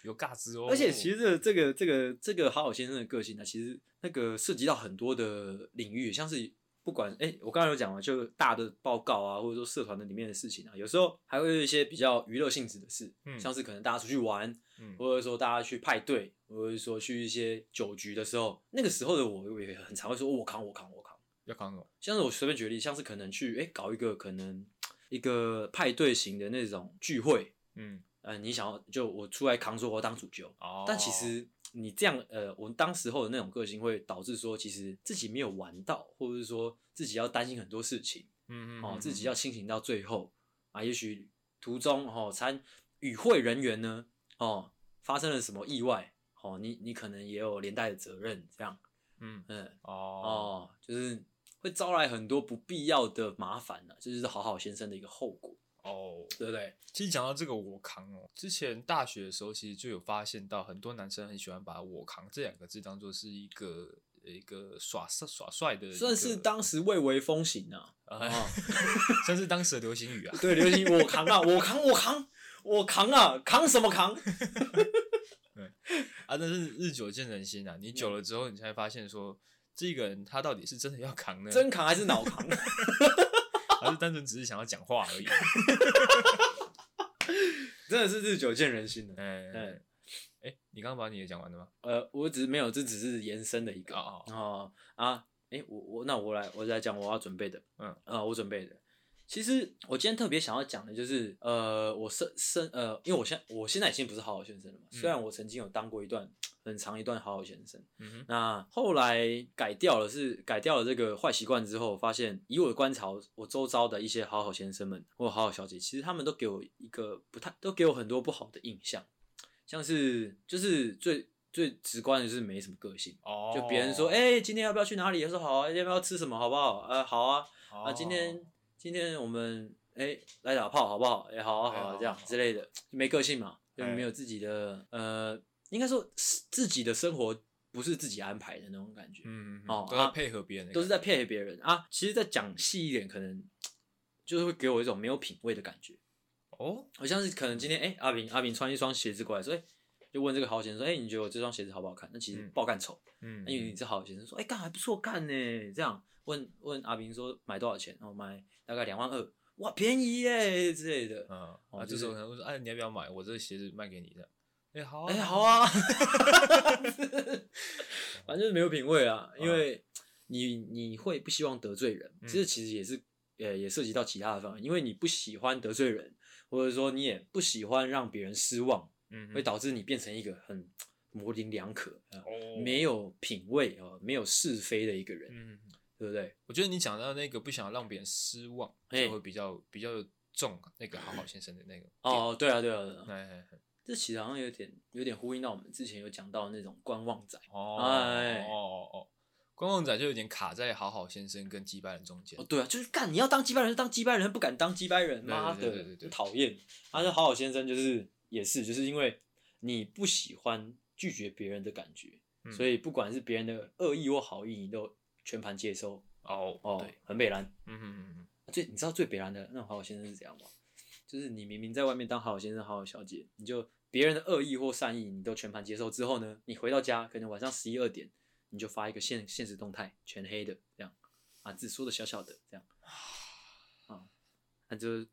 Speaker 2: 有尬子哦。
Speaker 1: 而且其实这个这个这个这个好好先生的个性呢，其实那个涉及到很多的领域，像是不管哎、我刚刚有讲嘛，就大的报告啊，或者说社团的里面的事情啊，有时候还会有一些比较娱乐性质的事，
Speaker 2: 嗯
Speaker 1: 像是可能大家出去玩，
Speaker 2: 嗯
Speaker 1: 或者说大家去派对，或者说去一些酒局的时候，那个时候的我我也很常会说，哦我扛我扛我扛。
Speaker 2: 要扛什么？
Speaker 1: 像是我随便举例，像是可能去哎、搞一个可能一个派对型的那种聚会，
Speaker 2: 嗯，
Speaker 1: 呃，你想要就我出来扛说我要当主角，
Speaker 2: 哦，
Speaker 1: 但其实你这样，呃，我当时候的那种个性会导致说，其实自己没有玩到，或者是说自己要担心很多事情
Speaker 2: 嗯，嗯
Speaker 1: 哦，
Speaker 2: 嗯
Speaker 1: 自己要清醒到最后啊，也许途中哦参与会人员呢哦发生了什么意外哦，你你可能也有连带的责任，这样，
Speaker 2: 嗯，
Speaker 1: 嗯
Speaker 2: 哦，
Speaker 1: 哦，就是会招来很多不必要的麻烦呢、这就是好好先生的一个后果，
Speaker 2: 哦，
Speaker 1: 对不对？
Speaker 2: 其实讲到这个我扛哦，之前大学的时候其实就有发现到很多男生很喜欢把我扛这两个字当做是一个一个耍帅耍帅的一个，
Speaker 1: 算是当时蔚为风行啊，
Speaker 2: 啊
Speaker 1: 哦。
Speaker 2: 算是当时的流行语啊。
Speaker 1: 对，流行我扛啊，我扛，我扛，我扛啊，扛什么扛？
Speaker 2: 啊，但是日久见人心啊，你久了之后，你才发现说，这个人他到底是真的要扛呢，
Speaker 1: 真扛还是脑扛？
Speaker 2: 还是单纯只是想要讲话而已？
Speaker 1: 真的是日久见人心的。
Speaker 2: 嗯，哎
Speaker 1: 嗯、
Speaker 2: 你刚刚把你也讲完了吗？
Speaker 1: 呃，我只是没有，这只是延伸的一个。
Speaker 2: 哦
Speaker 1: 哦啊，哎、我我那我来，我来讲我要准备的。
Speaker 2: 嗯
Speaker 1: 啊，我准备的其实我今天特别想要讲的就是，呃，我生生呃，因为我现在我现在已经不是好好先生了嘛，
Speaker 2: 嗯
Speaker 1: 虽然我曾经有当过一段很长一段好好先生，
Speaker 2: 嗯哼，
Speaker 1: 那后来改掉了是改掉了这个坏习惯之后，发现以我的观察，我周遭的一些好好先生们或好好小姐，其实他们都给我一个不太，都给我很多不好的印象，像是就是最最直观的就是没什么个性。
Speaker 2: 哦，
Speaker 1: 就别人说，哎、今天要不要去哪里？他说好啊，要不要吃什么？好不好？呃，好啊，
Speaker 2: 哦，
Speaker 1: 啊，今天今天我们哎、来打炮好不好？哎、好啊
Speaker 2: 哎
Speaker 1: 好
Speaker 2: 好
Speaker 1: 啊
Speaker 2: 啊，
Speaker 1: 这样
Speaker 2: 好啊
Speaker 1: 之类的，没个性嘛，就
Speaker 2: 哎
Speaker 1: 没有自己的呃，应该说是自己的生活不是自己安排的那种感觉，
Speaker 2: 嗯，嗯，嗯
Speaker 1: 哦
Speaker 2: 都在
Speaker 1: 啊
Speaker 2: 配合别人的感觉，
Speaker 1: 都是在配合别人啊。其实再讲细一点，可能就是会给我一种没有品味的感觉，
Speaker 2: 哦，
Speaker 1: 好像是可能今天哎、阿平阿平穿一双鞋子过来，说哎、就问这个好先生说，哎、你觉得我这双鞋子好不好看？那其实
Speaker 2: 嗯
Speaker 1: 爆干丑。
Speaker 2: 嗯，
Speaker 1: 因为你是好学生，说哎干、还不错干呢，这样问问阿平说买多少钱，然后买大概两万二，哇便宜耶之类的，
Speaker 2: 嗯，
Speaker 1: 哦
Speaker 2: 啊，
Speaker 1: 就
Speaker 2: 这时候
Speaker 1: 是
Speaker 2: 可能会说，哎，你要不要买？我这个鞋子卖给你这样。哎，好，
Speaker 1: 哎、好，啊， 反正就是没有品味啊，因为你你会不希望得罪人，
Speaker 2: 嗯
Speaker 1: 这其实也是呃也涉及到其他的方面，因为你不喜欢得罪人，或者说你也不喜欢让别人失望，
Speaker 2: 嗯，
Speaker 1: 会，导致你变成一个很模棱两可、呃
Speaker 2: 哦，
Speaker 1: 没，有品味啊、呃没有是非的一个人，
Speaker 2: 嗯，
Speaker 1: 对不对？
Speaker 2: 我觉得你讲到那个不想让别人失望，
Speaker 1: 哎
Speaker 2: 就会比较比较重啊那个好好先生的那个 点，
Speaker 1: 哦，对啊，对啊，对啊
Speaker 2: 哎，哎，哎
Speaker 1: 这其实好像有点有点呼应到我们之前有讲到的那种观望仔。
Speaker 2: 哦，
Speaker 1: 哎
Speaker 2: 哦哦哦，观望仔就有点卡在好好先生跟击败人中间
Speaker 1: 哦，，对啊，就是干你要当击败人，就当击败人，不敢当击败人，
Speaker 2: 对
Speaker 1: 妈
Speaker 2: 对
Speaker 1: 的
Speaker 2: 对对对，对
Speaker 1: 很讨厌。他说好好先生就是也是，就是因为你不喜欢拒绝别人的感觉，
Speaker 2: 嗯
Speaker 1: 所以不管是别人的恶意或好意，你都全盘接收。
Speaker 2: 哦，
Speaker 1: 哦
Speaker 2: 对，，
Speaker 1: 很北蓝。
Speaker 2: 嗯嗯嗯
Speaker 1: 最你知道最北蓝的那种好好先生是怎样吗？就是你明明在外面当好好先生、好好小姐，你就别人的恶意或善意你都全盘接受之后呢，你回到家可能晚上十一二点，你就发一个现现实动态，全黑的这样啊，字缩的小小的这样啊，那就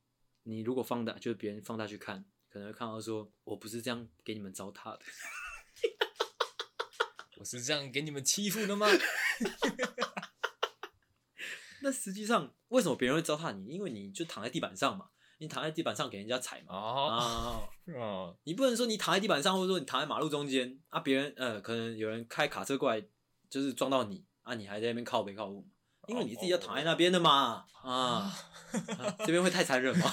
Speaker 1: 你如果放大，就是别人放大去看，可能会看到说我不是这样给你们糟蹋的，
Speaker 2: 嗯，我是这样给你们欺负的 吗？
Speaker 1: 那实际上为什么别人会糟蹋你？因为你就躺在地板上嘛，你躺在地板上给人家踩嘛
Speaker 2: 哦
Speaker 1: 啊。
Speaker 2: 哦，
Speaker 1: 你不能说你躺在地板上，或者说你躺在马路中间啊，别人呃，可能有人开卡车过来，就是撞到你啊，你还在那边靠北靠物，因为你自己要躺在那边的嘛啊， 啊这边会太残忍吗？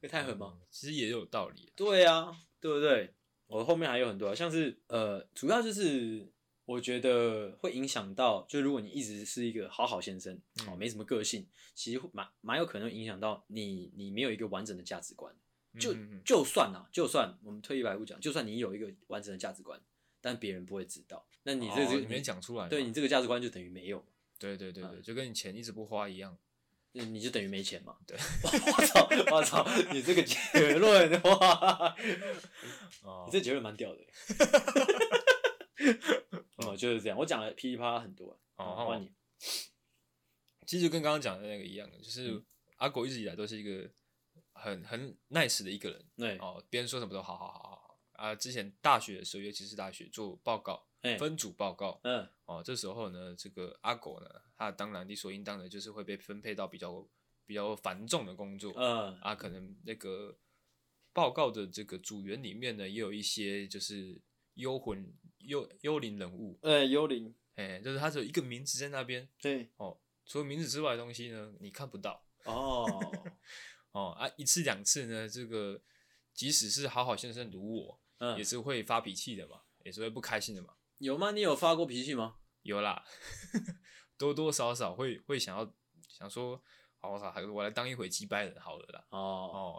Speaker 1: 会太狠吗？
Speaker 2: 嗯？其实也有道理啊，
Speaker 1: 对啊，对不对？我后面还有很多啊，像是呃，主要就是我觉得会影响到，就如果你一直是一个好好先生，哦，
Speaker 2: 嗯
Speaker 1: 没什么个性，其实会蛮蛮有可能影响到你，你没有一个完整的价值观。就
Speaker 2: 嗯嗯嗯
Speaker 1: 就算啊，就算我们退一百步讲，就算你有一个完整的价值观，但别人不会知道，那你这
Speaker 2: 哦
Speaker 1: 个、
Speaker 2: 你没讲出来嘛，
Speaker 1: 对你这个价值观就等于没有嘛，
Speaker 2: 对对对
Speaker 1: 啊
Speaker 2: 对，就跟你钱一直不花一样。
Speaker 1: 那你就等于没钱嘛。
Speaker 2: 对
Speaker 1: 我操，我操，你这个结论的话，
Speaker 2: 哦
Speaker 1: 你这结论蛮 屌的。哦，就是这样，我讲了噼里啪啦很多、
Speaker 2: 哦
Speaker 1: 好换你。
Speaker 2: 其实就跟刚刚讲的那个一样，就是
Speaker 1: 嗯
Speaker 2: 阿狗一直以来都是一个很很 nice 的一个人
Speaker 1: 对，
Speaker 2: 哦，别人说什么都好好好好好啊。之前大学的时候，尤其是大学做报告
Speaker 1: 哎，
Speaker 2: 分组报告
Speaker 1: 嗯，
Speaker 2: 哦，这时候呢，这个阿狗呢，他当然理所应当的就是会被分配到比较比较繁重的工作
Speaker 1: 嗯，
Speaker 2: 啊，可能那个报告的这个组员里面呢，也有一些就是幽魂幽幽灵人物，
Speaker 1: 呃，幽灵，
Speaker 2: 哎，就是他只有一个名字在那边，
Speaker 1: 对，
Speaker 2: 哦，除了名字之外的东西呢，你看不到
Speaker 1: 哦，
Speaker 2: 哦啊，一次两次呢，这个即使是好好先生如我，
Speaker 1: 嗯
Speaker 2: 也，是会发脾气的嘛，也是会不开心的嘛，
Speaker 1: 有吗？你有发过脾气吗？
Speaker 2: 有啦， 多多少少会会想要想说，好，我还我来当一回击败人好了啦，
Speaker 1: 哦，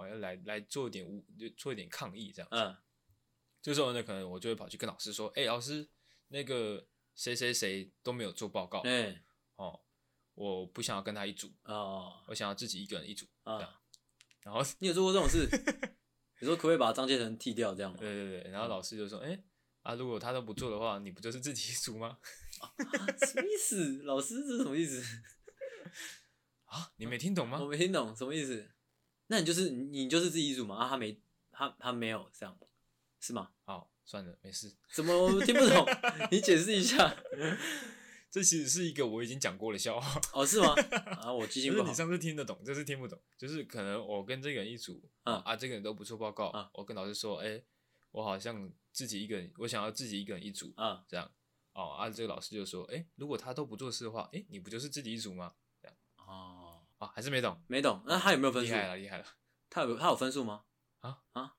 Speaker 2: 哦，要来来做一点无就做一点抗议这样子，
Speaker 1: 嗯，
Speaker 2: 这时候呢，可能我就会跑去跟老师说，哎、老师，那个谁谁谁都没有做报告，
Speaker 1: 哎，
Speaker 2: 哦，我不想要跟他一组，
Speaker 1: 哦，
Speaker 2: 我想要自己一个人一组，
Speaker 1: 啊。
Speaker 2: 然后。
Speaker 1: 你有做过这种 事？你说可不可以把张建成剃掉这样吗？
Speaker 2: 对对对，
Speaker 1: 嗯
Speaker 2: 然后老师就说：“哎、啊，如果他都不做的话，你不就是自己组吗？
Speaker 1: 啊什么意思？老师这是什么意思？
Speaker 2: 啊，你没听懂吗
Speaker 1: 我没听懂什么意思。那你就是你你就是自己组嘛？啊，他没他他没有这样，是吗？？”
Speaker 2: 好，算了，没事。
Speaker 1: 怎么我听不懂？你解释一下。
Speaker 2: 这其实是一个我已经讲过的笑话。
Speaker 1: 哦，是吗？啊，我记性
Speaker 2: 就
Speaker 1: 不
Speaker 2: 是
Speaker 1: 好
Speaker 2: 你。上次听得懂，这次听不懂。就是可能我跟这个人一组，
Speaker 1: 嗯
Speaker 2: 啊啊，这个人都不错报告，
Speaker 1: 嗯
Speaker 2: 我跟老师说，哎、我好像自己一个人，我想要自己一个人一组，
Speaker 1: 啊，
Speaker 2: 这样。哦，啊，这个老师就说，哎、如果他都不做事的话，哎、你不就是自己一组吗？
Speaker 1: 哦，
Speaker 2: 啊，还是没懂。
Speaker 1: 没懂。那他有没有分
Speaker 2: 厉
Speaker 1: 数？
Speaker 2: 害了，厉害了。
Speaker 1: 他有他有分数吗？
Speaker 2: 啊
Speaker 1: 啊，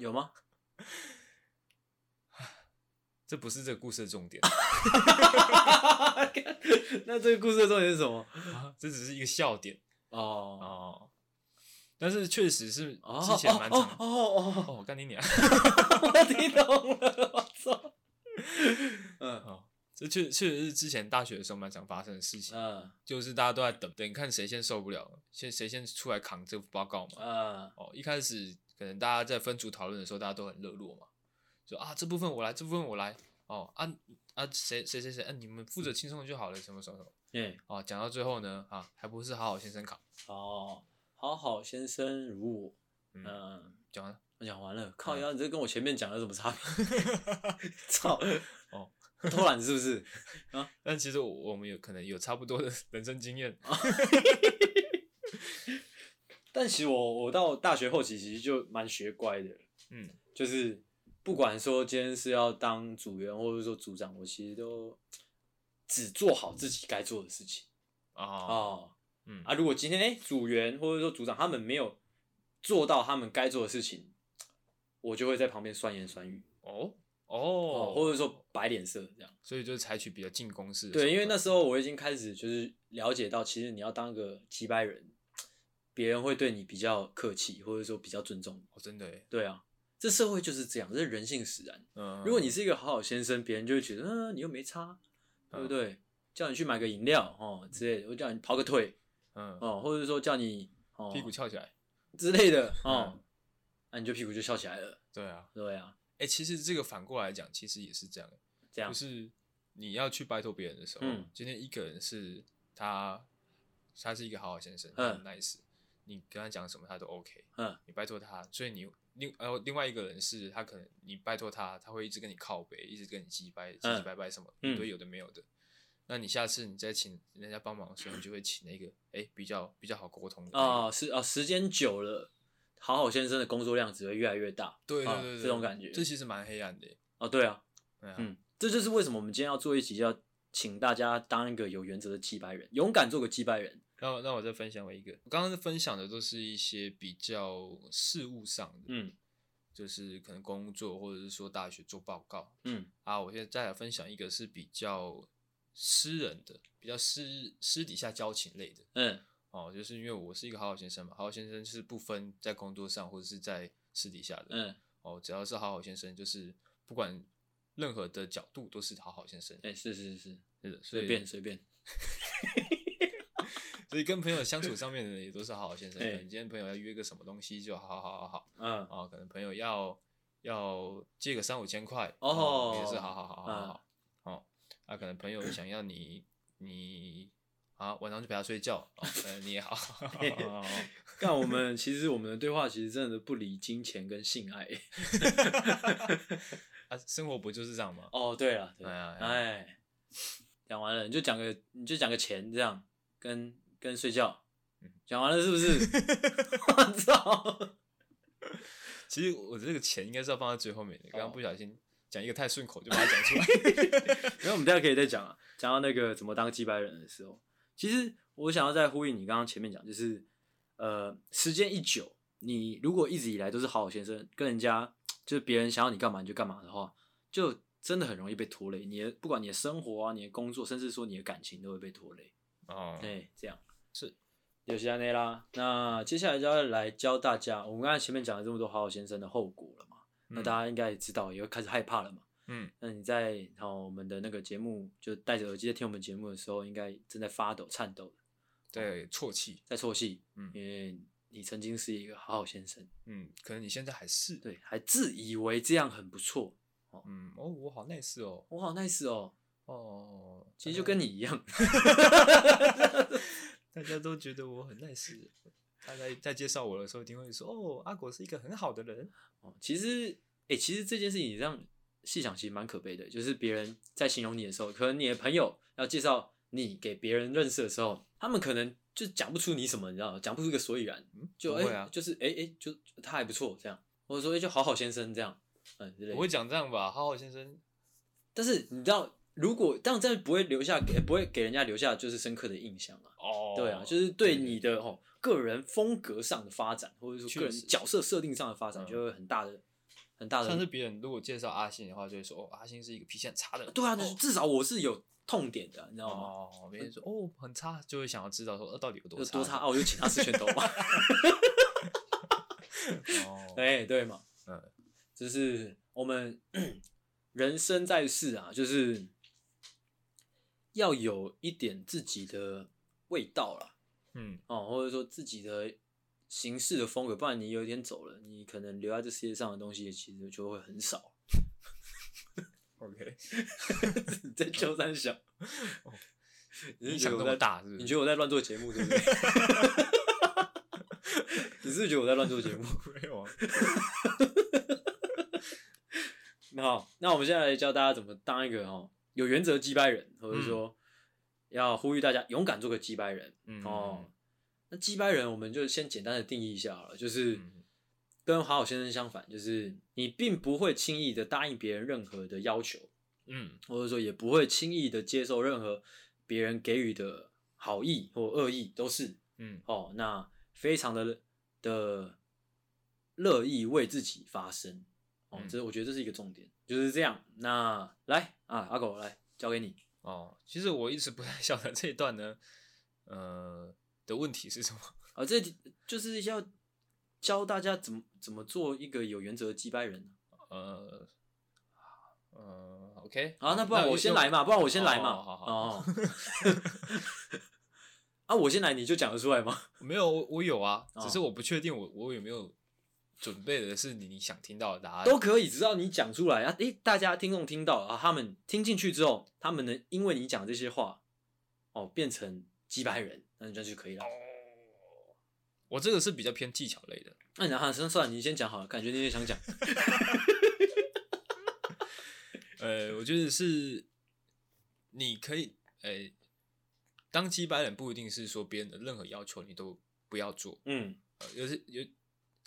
Speaker 1: 有吗？
Speaker 2: 这不是这个故事的重 点
Speaker 1: 那这个故事的重点是什么？
Speaker 2: 啊，这只是一个笑点
Speaker 1: 哦
Speaker 2: 哦。但是确实是
Speaker 1: 哦，
Speaker 2: 之前蛮
Speaker 1: 哦
Speaker 2: 常
Speaker 1: 哦哦，
Speaker 2: 哦，干你娘！
Speaker 1: 我听懂了，我操！嗯
Speaker 2: 哦，这确确实是之前大学的时候蛮常发生的事情，
Speaker 1: 嗯
Speaker 2: 就是大家都在等等看谁先受不了，先谁先出来扛这个报告嘛。
Speaker 1: 嗯
Speaker 2: 哦，一开始可能大家在分组讨论的时候，大家都很热络嘛，就啊这部分我来，这部分我来，哦啊啊谁谁谁谁，啊你们
Speaker 1: 嗯
Speaker 2: 负责轻松的就好了，什么什么什么。
Speaker 1: 哎，
Speaker 2: 哦，讲到最后呢，啊还不是好好先生扛，
Speaker 1: 哦，好好先生如我，
Speaker 2: 嗯，
Speaker 1: 嗯。
Speaker 2: 讲完了。
Speaker 1: 我讲完
Speaker 2: 嗯
Speaker 1: 了，靠腰，你这跟我前面讲的有什么差别？ 操！
Speaker 2: 哦，
Speaker 1: 偷懒是不是？
Speaker 2: 但其实我我们有可能有差不多的 人生经验，
Speaker 1: 哦但其实我我到大学后期其实就蛮学乖的，
Speaker 2: 嗯，
Speaker 1: 就是不管说今天是要当组员或者说组长，我其实都只做好自己该做的事情。
Speaker 2: 哦，
Speaker 1: 哦
Speaker 2: 嗯
Speaker 1: 啊，如果今天哎、诶组员或者说组长他们没有做到他们该做的事情，我就会在旁边酸言酸语
Speaker 2: 哦
Speaker 1: 哦，
Speaker 2: 哦，
Speaker 1: 或者说摆脸色这样。
Speaker 2: 所以就是采取比较进攻式的手段，
Speaker 1: 对，因为那时候我已经开始就是了解到，其实你要当个几百人，别人会对你比较客气，或者说比较尊重。
Speaker 2: 哦真的耶，
Speaker 1: 对啊，这社会就是这样，这是人性使然。
Speaker 2: 嗯，
Speaker 1: 如果你是一个好好先生，别人就会觉得，嗯、你又没差，
Speaker 2: 嗯
Speaker 1: 对不对？叫你去买个饮料哦之类的，我叫你跑个腿
Speaker 2: 嗯
Speaker 1: 哦，或者说叫你哦
Speaker 2: 屁股翘起来，
Speaker 1: 之类的哦，那、你就屁股就翘起来了。
Speaker 2: 对啊，
Speaker 1: 对啊，
Speaker 2: 哎，其实这个反过来讲，其实也是这样，
Speaker 1: 这样
Speaker 2: 就。是你要去拜托别人的时候
Speaker 1: 嗯，
Speaker 2: 今天一个人是他，他是一个好好先生，他
Speaker 1: 嗯
Speaker 2: 很 nice，你跟他讲什么他都 OK，
Speaker 1: 嗯，
Speaker 2: 你拜托他，所以你另呃另外一个人是他可能你拜托他，他会一直跟你靠北，一直跟你鸡掰唧唧
Speaker 1: 嗯
Speaker 2: 拜拜什么，
Speaker 1: 嗯
Speaker 2: 一堆有的没有的。那你下次你再请人家帮忙的时候，你就会请那个哎、比较比较好沟通的那个
Speaker 1: 哦，是哦，时间久了，好好先生的工作量只会越来越大。
Speaker 2: 对对
Speaker 1: 哦
Speaker 2: 对对，
Speaker 1: 这种感觉
Speaker 2: 这其实蛮黑暗的耶。
Speaker 1: 哦，对啊，
Speaker 2: 对啊，
Speaker 1: 嗯，这就是为什么我们今天要做一集，要请大家当一个有原则的祭拜人，勇敢做个祭拜人。
Speaker 2: 让我让我再分享我一个，我刚刚分享的都是一些比较事务上的，
Speaker 1: 嗯
Speaker 2: 就是可能工作或者是说大学做报告，
Speaker 1: 嗯
Speaker 2: 啊，我现在再来分享一个是比较私人的，比较私私底下交情类的
Speaker 1: 嗯
Speaker 2: 哦，就是因为我是一个好好先生嘛，好好先生是不分在工作上或者是在私底下的，
Speaker 1: 嗯，
Speaker 2: 哦，只要是好好先生，就是不管任何的角度都是好好先生，
Speaker 1: 哎、是是是，
Speaker 2: 是的，所
Speaker 1: 随
Speaker 2: 以
Speaker 1: 便随便。
Speaker 2: 所以跟朋友相处上面的也都是好好先生，
Speaker 1: 哎
Speaker 2: 可能今天朋友要约个什么东西就好好好好好。
Speaker 1: 嗯
Speaker 2: 哦，可能朋友要要借个三五千块
Speaker 1: 哦
Speaker 2: 也是好好好好好
Speaker 1: 嗯
Speaker 2: 好、哦，啊，可能朋友想要你你啊晚上就陪他睡觉，哦，呃，你 也好，哦
Speaker 1: 但我们其实我们的对话其实真的不离金钱跟性爱。
Speaker 2: 啊，生活不就是这样吗？
Speaker 1: 哦，对了，对
Speaker 2: 哎呀
Speaker 1: 了，哎，讲完了你就讲个你就讲个钱这样，跟跟睡觉
Speaker 2: 嗯。
Speaker 1: 讲完了是不是？ 我 操！
Speaker 2: 其实我这个钱应该是要放在最后面的，刚刚
Speaker 1: 哦
Speaker 2: 不小心讲一个太顺口就把它讲出来，
Speaker 1: 因为我们大家可以再讲啊，讲到那个怎么当祭拜人的时候，其实我想要再呼应你刚刚前面讲，就是呃，时间一久，你如果一直以来都是好好先生，跟人家就是别人想要你干嘛你就干嘛的话，就真的很容易被拖累。你的不管你的生活啊、你的工作，甚至说你的感情，都会被拖累。
Speaker 2: 哦，
Speaker 1: 对，这样
Speaker 2: 是。
Speaker 1: 有西安内啦，那接下来就要来教大家，我们刚才前面讲了这么多好好先生的后果了嘛，那
Speaker 2: 嗯
Speaker 1: 大家应该也知道，也会开始害怕了嘛。
Speaker 2: 嗯，
Speaker 1: 那你在哦我们的那个节目，就戴着耳机在听我们节目的时候，应该正在发抖、颤抖的，
Speaker 2: 对，啜泣，
Speaker 1: 在啜泣，
Speaker 2: 嗯
Speaker 1: 因为你曾经是一个好好先生，
Speaker 2: 嗯，可能你现在还是，
Speaker 1: 对，还自以为这样很不错，
Speaker 2: 嗯，哦，我好 nice 哦，
Speaker 1: 我好 nice 哦，
Speaker 2: 哦，
Speaker 1: 其实
Speaker 2: 大
Speaker 1: 就
Speaker 2: 家
Speaker 1: 跟你一样，
Speaker 2: 大家都觉得我很 nice。他在在介绍我的时候，一定会说：“哦，阿果是一个很好的人。
Speaker 1: 哦，其实，哎、其实这件事情你这样细想其实蛮可悲的，就是别人在形容你的时候，可能你的朋友要介绍你给别人认识的时候，他们可能就讲不出你什么，你知道吗？讲不出个所以然，就
Speaker 2: 不
Speaker 1: 哎、
Speaker 2: 会啊
Speaker 1: 就是哎哎、就他还不错这样，或者说哎、就好好先生这样，嗯之类的
Speaker 2: 我会讲这样吧，浩浩先生，
Speaker 1: 但是你知道，如果但这样不会留下给不会给人家留下就是深刻的印象啊。
Speaker 2: 哦，
Speaker 1: 对啊，就是对
Speaker 2: 对
Speaker 1: 你的哦个人风格上的发展，或者说
Speaker 2: 确
Speaker 1: 个人
Speaker 2: 实
Speaker 1: 角色设定上的发展，
Speaker 2: 嗯
Speaker 1: 就会很大的很大的。
Speaker 2: 像是别人如果介绍阿信的话，就会说哦，阿信是一个脾气很差的人。
Speaker 1: 对啊，
Speaker 2: 哦
Speaker 1: 至少我是有痛点的，你知道吗？
Speaker 2: 哦，别人说哦很差，就会想要知道说呃到底有多
Speaker 1: 有
Speaker 2: 差
Speaker 1: 多差哦，我就请他吃拳头嘛。
Speaker 2: 哦，
Speaker 1: 哎，对嘛，
Speaker 2: 嗯，
Speaker 1: 就是我们 人生在世啊，就是要有一点自己的味道啦，
Speaker 2: 嗯，
Speaker 1: 哦，或者说自己的行事的风格，不然你有一天走了，你可能留在这世界上的东西其实就会很少。
Speaker 2: OK，
Speaker 1: 在秋山小，你
Speaker 2: 嗯哦影
Speaker 1: 是觉
Speaker 2: 响
Speaker 1: 得
Speaker 2: 那
Speaker 1: 我
Speaker 2: 么
Speaker 1: 在
Speaker 2: 大是不
Speaker 1: 你
Speaker 2: 是？
Speaker 1: 觉得我在乱做节目对不对？ 你是不是觉得我在乱做节目？
Speaker 2: 没有啊，
Speaker 1: 那好，那我们现在来教大家怎么当一个哦有原则击败人，或者说要呼吁大家勇敢做个击败人、
Speaker 2: 嗯
Speaker 1: 哦。那击败人，我们就先简单的定义一下好了，就是
Speaker 2: 嗯
Speaker 1: 跟好好先生相反，就是你并不会轻易的答应别人任何的要求，
Speaker 2: 嗯
Speaker 1: 或者说也不会轻易的接受任何别人给予的好意或恶意，都是
Speaker 2: 嗯
Speaker 1: 哦，那非常的的乐意为自己发声哦，
Speaker 2: 嗯
Speaker 1: 这我觉得这是一个重点，就是这样。那来啊，阿狗来交给你。
Speaker 2: 哦，其实我一直不太晓得这一段呢，呃的问题是什么？
Speaker 1: 啊，这题就是要教大家怎么怎么做一个有原则的击败人啊
Speaker 2: 呃呃，OK，
Speaker 1: 啊。那不然我先来嘛，不然我先来嘛。
Speaker 2: 哦好好
Speaker 1: 哦 啊，我先来，你就讲得出来吗？
Speaker 2: 没有，我我有啊，
Speaker 1: 哦
Speaker 2: 只是我不确定我我有没有准备的是你你想听到的答案。
Speaker 1: 都可以，只要你讲出来啊！诶，大家听众听到啊，他们听进去之后，他们能因为你讲这些话，哦，变成几百人，那这样就可以了。
Speaker 2: 我这个是比较偏技巧类的。
Speaker 1: 那你啊，算算了，你先讲好了，感觉你也想 讲。
Speaker 2: 呃，我觉得是你可以，呃，当击败人不一定是说别人的任何要求你都不要做，
Speaker 1: 嗯，
Speaker 2: 呃，有是有，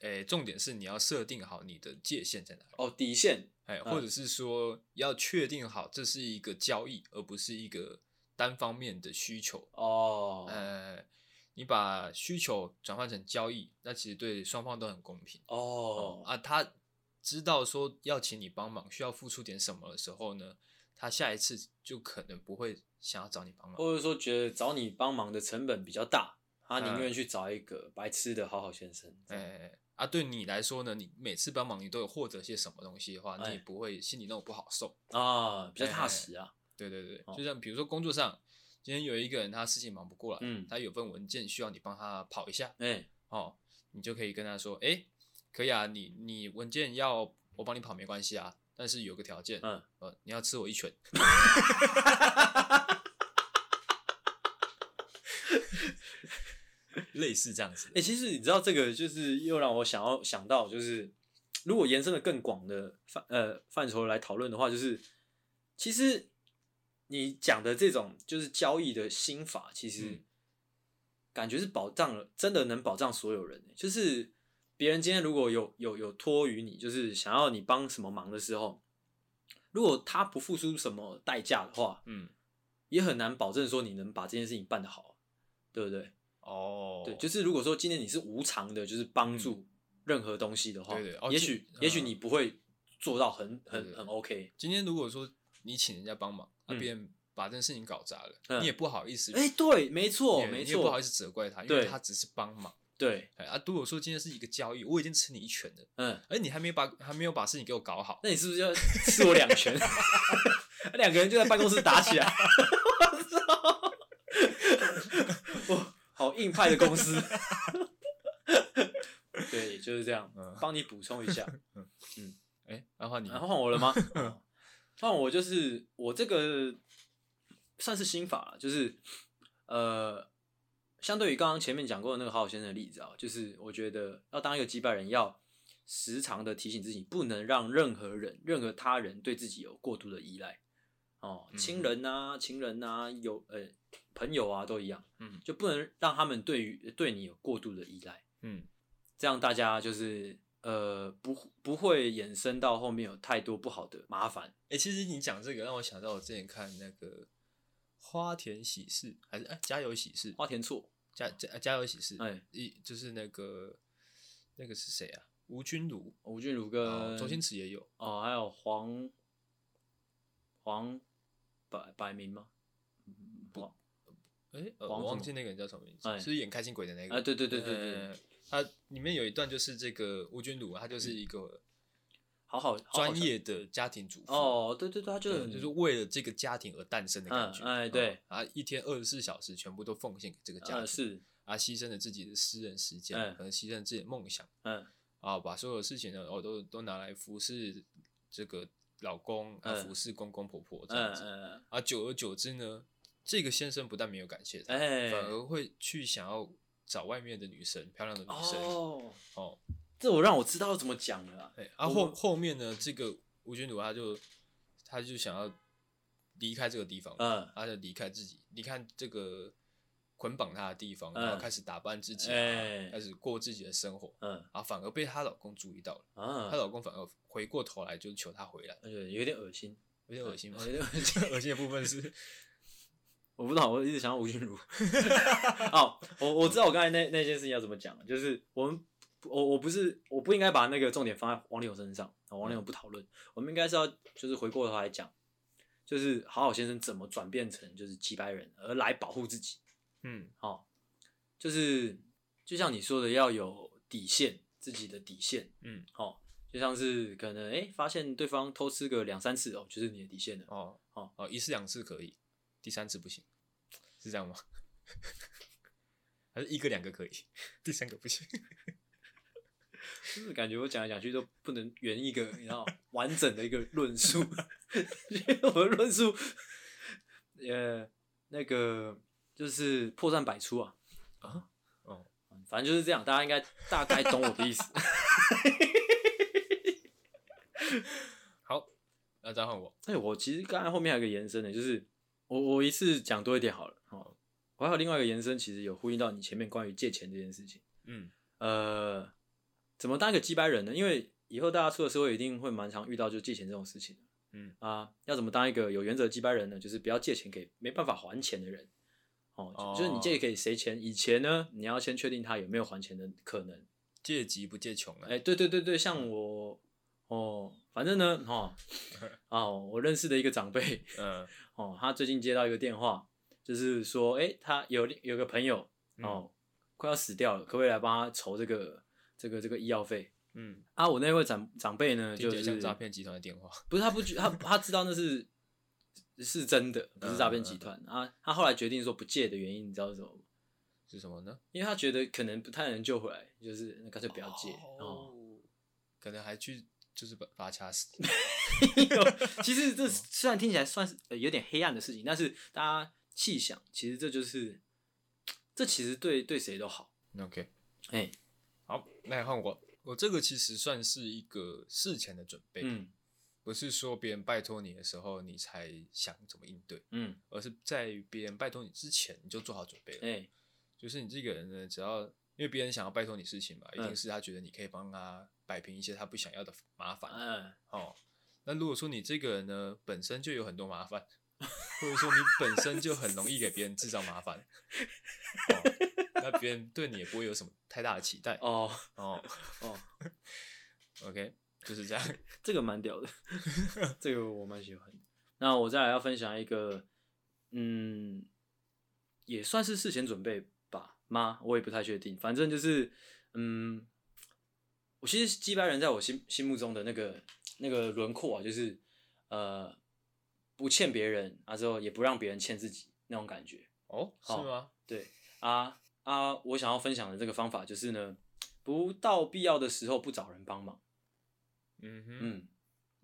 Speaker 2: 呃，重点是你要设定好你的界限在哪里，
Speaker 1: 哦，底线，
Speaker 2: 哎、
Speaker 1: 嗯
Speaker 2: 或者是说要确定好这是一个交易，而不是一个单方面的需求。
Speaker 1: 哦，
Speaker 2: 呃，你把需求转换成交易，那其实对双方都很公平。
Speaker 1: 哦，
Speaker 2: 啊，他知道说要请你帮忙，需要付出点什么的时候呢，他下一次就可能不会想要找你帮忙。
Speaker 1: 或者说觉得找你帮忙的成本比较大，他宁
Speaker 2: 嗯
Speaker 1: 愿去找一个白痴的好好先生。
Speaker 2: 哎、啊，对你来说呢，你每次帮忙你都有获得些什么东西的话，你
Speaker 1: 哎
Speaker 2: 也不会心里那种不好受。
Speaker 1: 啊，比较
Speaker 2: 哎
Speaker 1: 踏实啊。
Speaker 2: 对对对，
Speaker 1: 哦
Speaker 2: 就像比如说工作上，今天有一个人他事情忙不过来，
Speaker 1: 嗯
Speaker 2: 他有份文件需要你帮他跑一下，
Speaker 1: 哎，
Speaker 2: 哦，你就可以跟他说，哎、可以啊，你你文件要我帮你跑没关系啊，但是有个条件，
Speaker 1: 嗯，
Speaker 2: 呃，你要吃我一拳。 类似这样子
Speaker 1: 哎、，其实你知道这个，就是又让我想要想到，就是如果延伸的更广的范呃范畴来讨论的话，就是其实你讲的这种就是交易的心法，其实
Speaker 2: 嗯
Speaker 1: 感觉是保障了，真的能保障所有人、欸就是别人今天如果有有有托于你，就是想要你帮什么忙的时候，如果他不付出什么代价的话，
Speaker 2: 嗯，
Speaker 1: 也很难保证说你能把这件事情办得好，对不对？
Speaker 2: 哦嗯
Speaker 1: 对，就是如果说今天你是无偿的，就是帮助任何东西的话，
Speaker 2: 对对哦
Speaker 1: 也
Speaker 2: 这
Speaker 1: 许、也许
Speaker 2: 嗯
Speaker 1: 你不会做到很很
Speaker 2: 对对
Speaker 1: 很 OK。
Speaker 2: 今天如果说你请人家帮忙，那、
Speaker 1: 嗯
Speaker 2: 别人把这件事情搞砸了，
Speaker 1: 嗯
Speaker 2: 你也不好意思，
Speaker 1: 哎、对，没错，
Speaker 2: 也
Speaker 1: 没
Speaker 2: 你也不好
Speaker 1: 错
Speaker 2: 意，思责怪他，因为
Speaker 1: 对
Speaker 2: 他只是帮忙。
Speaker 1: 对，
Speaker 2: 哎啊，如果说今天是一个交易，我已经吃你一拳了，
Speaker 1: 嗯，
Speaker 2: 哎而你还没把还没有把事情给我搞好，
Speaker 1: 那你是不是要吃我两 拳？ 两个人就在办公室打起来， 我操！哇，好硬派的公司。 对，就是这样
Speaker 2: 嗯，
Speaker 1: 帮你补充一下。
Speaker 2: 哎，然后你
Speaker 1: 然后啊换我了 吗？哦换我就是我这个算是心法了，就是呃，相对于刚刚前面讲过的那个好好先生的例子啊，就是我觉得要当一个击败人，要时常的提醒自己，不能让任何人、任何他人对自己有过度的依赖。哦，
Speaker 2: 嗯
Speaker 1: 亲人啊、情人啊、有呃朋友啊都一样，
Speaker 2: 嗯
Speaker 1: 就不能让他们对于对你有过度的依赖，
Speaker 2: 嗯
Speaker 1: 这样大家就是呃不不会衍生到后面有太多不好的麻烦。
Speaker 2: 哎、其实你讲这个让我想到我之前看那个《花田喜事》，还是哎、家有喜事》
Speaker 1: 花田错，
Speaker 2: 家家家有喜事》
Speaker 1: 哎
Speaker 2: 一就是那个那个是谁啊？吴君如，
Speaker 1: 吴俊如
Speaker 2: 呃，
Speaker 1: 跟
Speaker 2: 周星驰也有，
Speaker 1: 哦，还有黄黄百百鸣吗？嗯黄
Speaker 2: 哎、呃
Speaker 1: 黄
Speaker 2: 我
Speaker 1: 什
Speaker 2: 忘
Speaker 1: 么
Speaker 2: 记那个人叫什么名字，
Speaker 1: 哎
Speaker 2: 是演开心鬼的那个
Speaker 1: 啊，对对对对对，
Speaker 2: 呃他里面有一段就是这个吴君如，她就是一个
Speaker 1: 好好嗯好好
Speaker 2: 专业的家庭主妇，
Speaker 1: 哦，对对对，他就
Speaker 2: 对，
Speaker 1: 很
Speaker 2: 就是为了这个家庭而诞生的感觉。
Speaker 1: 嗯哎对
Speaker 2: 啊，一天二十四小时全部都奉献给这个家
Speaker 1: 呃
Speaker 2: 庭，
Speaker 1: 是
Speaker 2: 啊，牺牲了自己的私人时间，
Speaker 1: 嗯
Speaker 2: 可能牺牲了自己的梦想，
Speaker 1: 嗯
Speaker 2: 啊，把所有的事情呢，哦，都都拿来服侍这个老公，啊，
Speaker 1: 嗯
Speaker 2: 服侍公公婆婆这
Speaker 1: 嗯
Speaker 2: 样子。
Speaker 1: 嗯
Speaker 2: 啊，久而久之呢，这个先生不但没有感谢他，
Speaker 1: 哎
Speaker 2: 反而会去想要找外面的女生，漂亮的女生，
Speaker 1: 哦，
Speaker 2: 哦
Speaker 1: 这我让我知道怎么讲了啊，
Speaker 2: 哎，啊
Speaker 1: 我
Speaker 2: 后
Speaker 1: 们
Speaker 2: 后面呢，这个吴君如他就他就想要离开这个地方，
Speaker 1: 嗯
Speaker 2: 他就离开自己，离开这个捆绑他的地方，
Speaker 1: 嗯
Speaker 2: 然后开始打扮自己、啊，
Speaker 1: 哎
Speaker 2: 开始过自己的生活，
Speaker 1: 嗯
Speaker 2: 啊，反而被她老公注意到了，她、
Speaker 1: 啊，
Speaker 2: 老公反而回过头来就求她回来，
Speaker 1: 对，呃有点恶心，
Speaker 2: 有点恶心吗？
Speaker 1: 有点恶心
Speaker 2: 恶心 的部分是，
Speaker 1: 我不知道，我一直想到吴君如。 哦，我我知道我刚才那那件事情要怎么讲了，就是我们我我不是我不应该把那个重点放在王力宏身上，啊王力宏不讨论，我们应该是要就是回过头来讲，就是好好先生怎么转变成就是几百人，而来保护自己。
Speaker 2: 嗯
Speaker 1: 哦，就是就像你说的，要有底线，自己的底线。
Speaker 2: 嗯，
Speaker 1: 哦，就像是可能哎、诶发现对方偷吃个两三次哦，就是你的底线了。
Speaker 2: 哦
Speaker 1: 哦
Speaker 2: 哦，一次两次可以，第三次不行，是这样吗？ 还是一个两个可以，第三个不行。
Speaker 1: 就是感觉我讲来讲去都不能圆一个你知道完整的一个论述， 因为我的论述，呃，那个就是破绽百出啊。
Speaker 2: 啊，哦，
Speaker 1: 反正就是这样，大家应该大概懂我的意思。
Speaker 2: 好，那再换我。
Speaker 1: 哎，我其实刚才后面还有一个延伸的，就是我我一次讲多一点好了。哦，我还有另外一个延伸，其实有呼应到你前面关于借钱这件事情。
Speaker 2: 嗯
Speaker 1: 呃，怎么当一个鸡掰人呢？因为以后大家出了社会，一定会蛮常遇到就借钱这种事情。
Speaker 2: 嗯
Speaker 1: 啊，要怎么当一个有原则的鸡掰人呢？就是不要借钱给没办法还钱的人。哦，就
Speaker 2: 哦
Speaker 1: 就是你借给谁钱，以前呢，你要先确定他有没有还钱的可能。
Speaker 2: 借急不借穷啊。
Speaker 1: 哎、对对对对，像我，哦，反正呢， 哦，啊，我认识的一个长辈，
Speaker 2: 嗯
Speaker 1: 哦，他最近接到一个电话，就是说，哎、他有有个朋友
Speaker 2: 嗯
Speaker 1: 哦，快要死掉了，可不可以来帮他筹这个这个这个医药费？
Speaker 2: 嗯，
Speaker 1: 啊，我那位长长辈呢，
Speaker 2: 听
Speaker 1: 就
Speaker 2: 起来
Speaker 1: 是
Speaker 2: 像诈骗集团的电话。
Speaker 1: 不是他不觉他他知道那是是真的，不是诈
Speaker 2: 嗯
Speaker 1: 骗集团、啊。他后来决定说不借的原因，你知道是什么吗？
Speaker 2: 是什么呢？
Speaker 1: 因为他觉得可能不太能救回来，就是那干脆不要借哦。
Speaker 2: 可能还去就是把把他掐死。
Speaker 1: 其实
Speaker 2: 哦
Speaker 1: 这虽然听起来算是呃有点黑暗的事情，但是大家细想，其实这就是这其实对对谁都好。
Speaker 2: OK，
Speaker 1: 哎、
Speaker 2: 好，那也换我。我这个其实算是一个事前的准备，
Speaker 1: 嗯
Speaker 2: 不是说别人拜托你的时候你才想怎么应对，
Speaker 1: 嗯，
Speaker 2: 而是在别人拜托你之前你就做好准备了。
Speaker 1: 哎、
Speaker 2: 就是你这个人呢，只要因为别人想要拜托你事情嘛，一定
Speaker 1: 嗯
Speaker 2: 是他觉得你可以帮他摆平一些他不想要的麻烦。
Speaker 1: 嗯，
Speaker 2: 哦，那如果说你这个人呢本身就有很多麻烦，或者说你本身就很容易给别人制造麻烦，哦，那别人对你也不会有什么太大的期待。
Speaker 1: 哦
Speaker 2: 哦
Speaker 1: 哦，
Speaker 2: ，OK，就是这样。
Speaker 1: 这个蛮屌的， 这个我蛮喜欢的。那我再来要分享一个，嗯，也算是事前准备吧吗？我也不太确定，反正就是，嗯，我其实击败人在我心心目中的那个那个轮廓啊，就是呃，不欠别人啊，之后也不让别人欠自己那种感觉。
Speaker 2: 哦，是
Speaker 1: 好
Speaker 2: 吗？
Speaker 1: 对啊啊，我想要分享的这个方法就是呢，不到必要的时候不找人帮忙，
Speaker 2: 嗯哼，
Speaker 1: 嗯，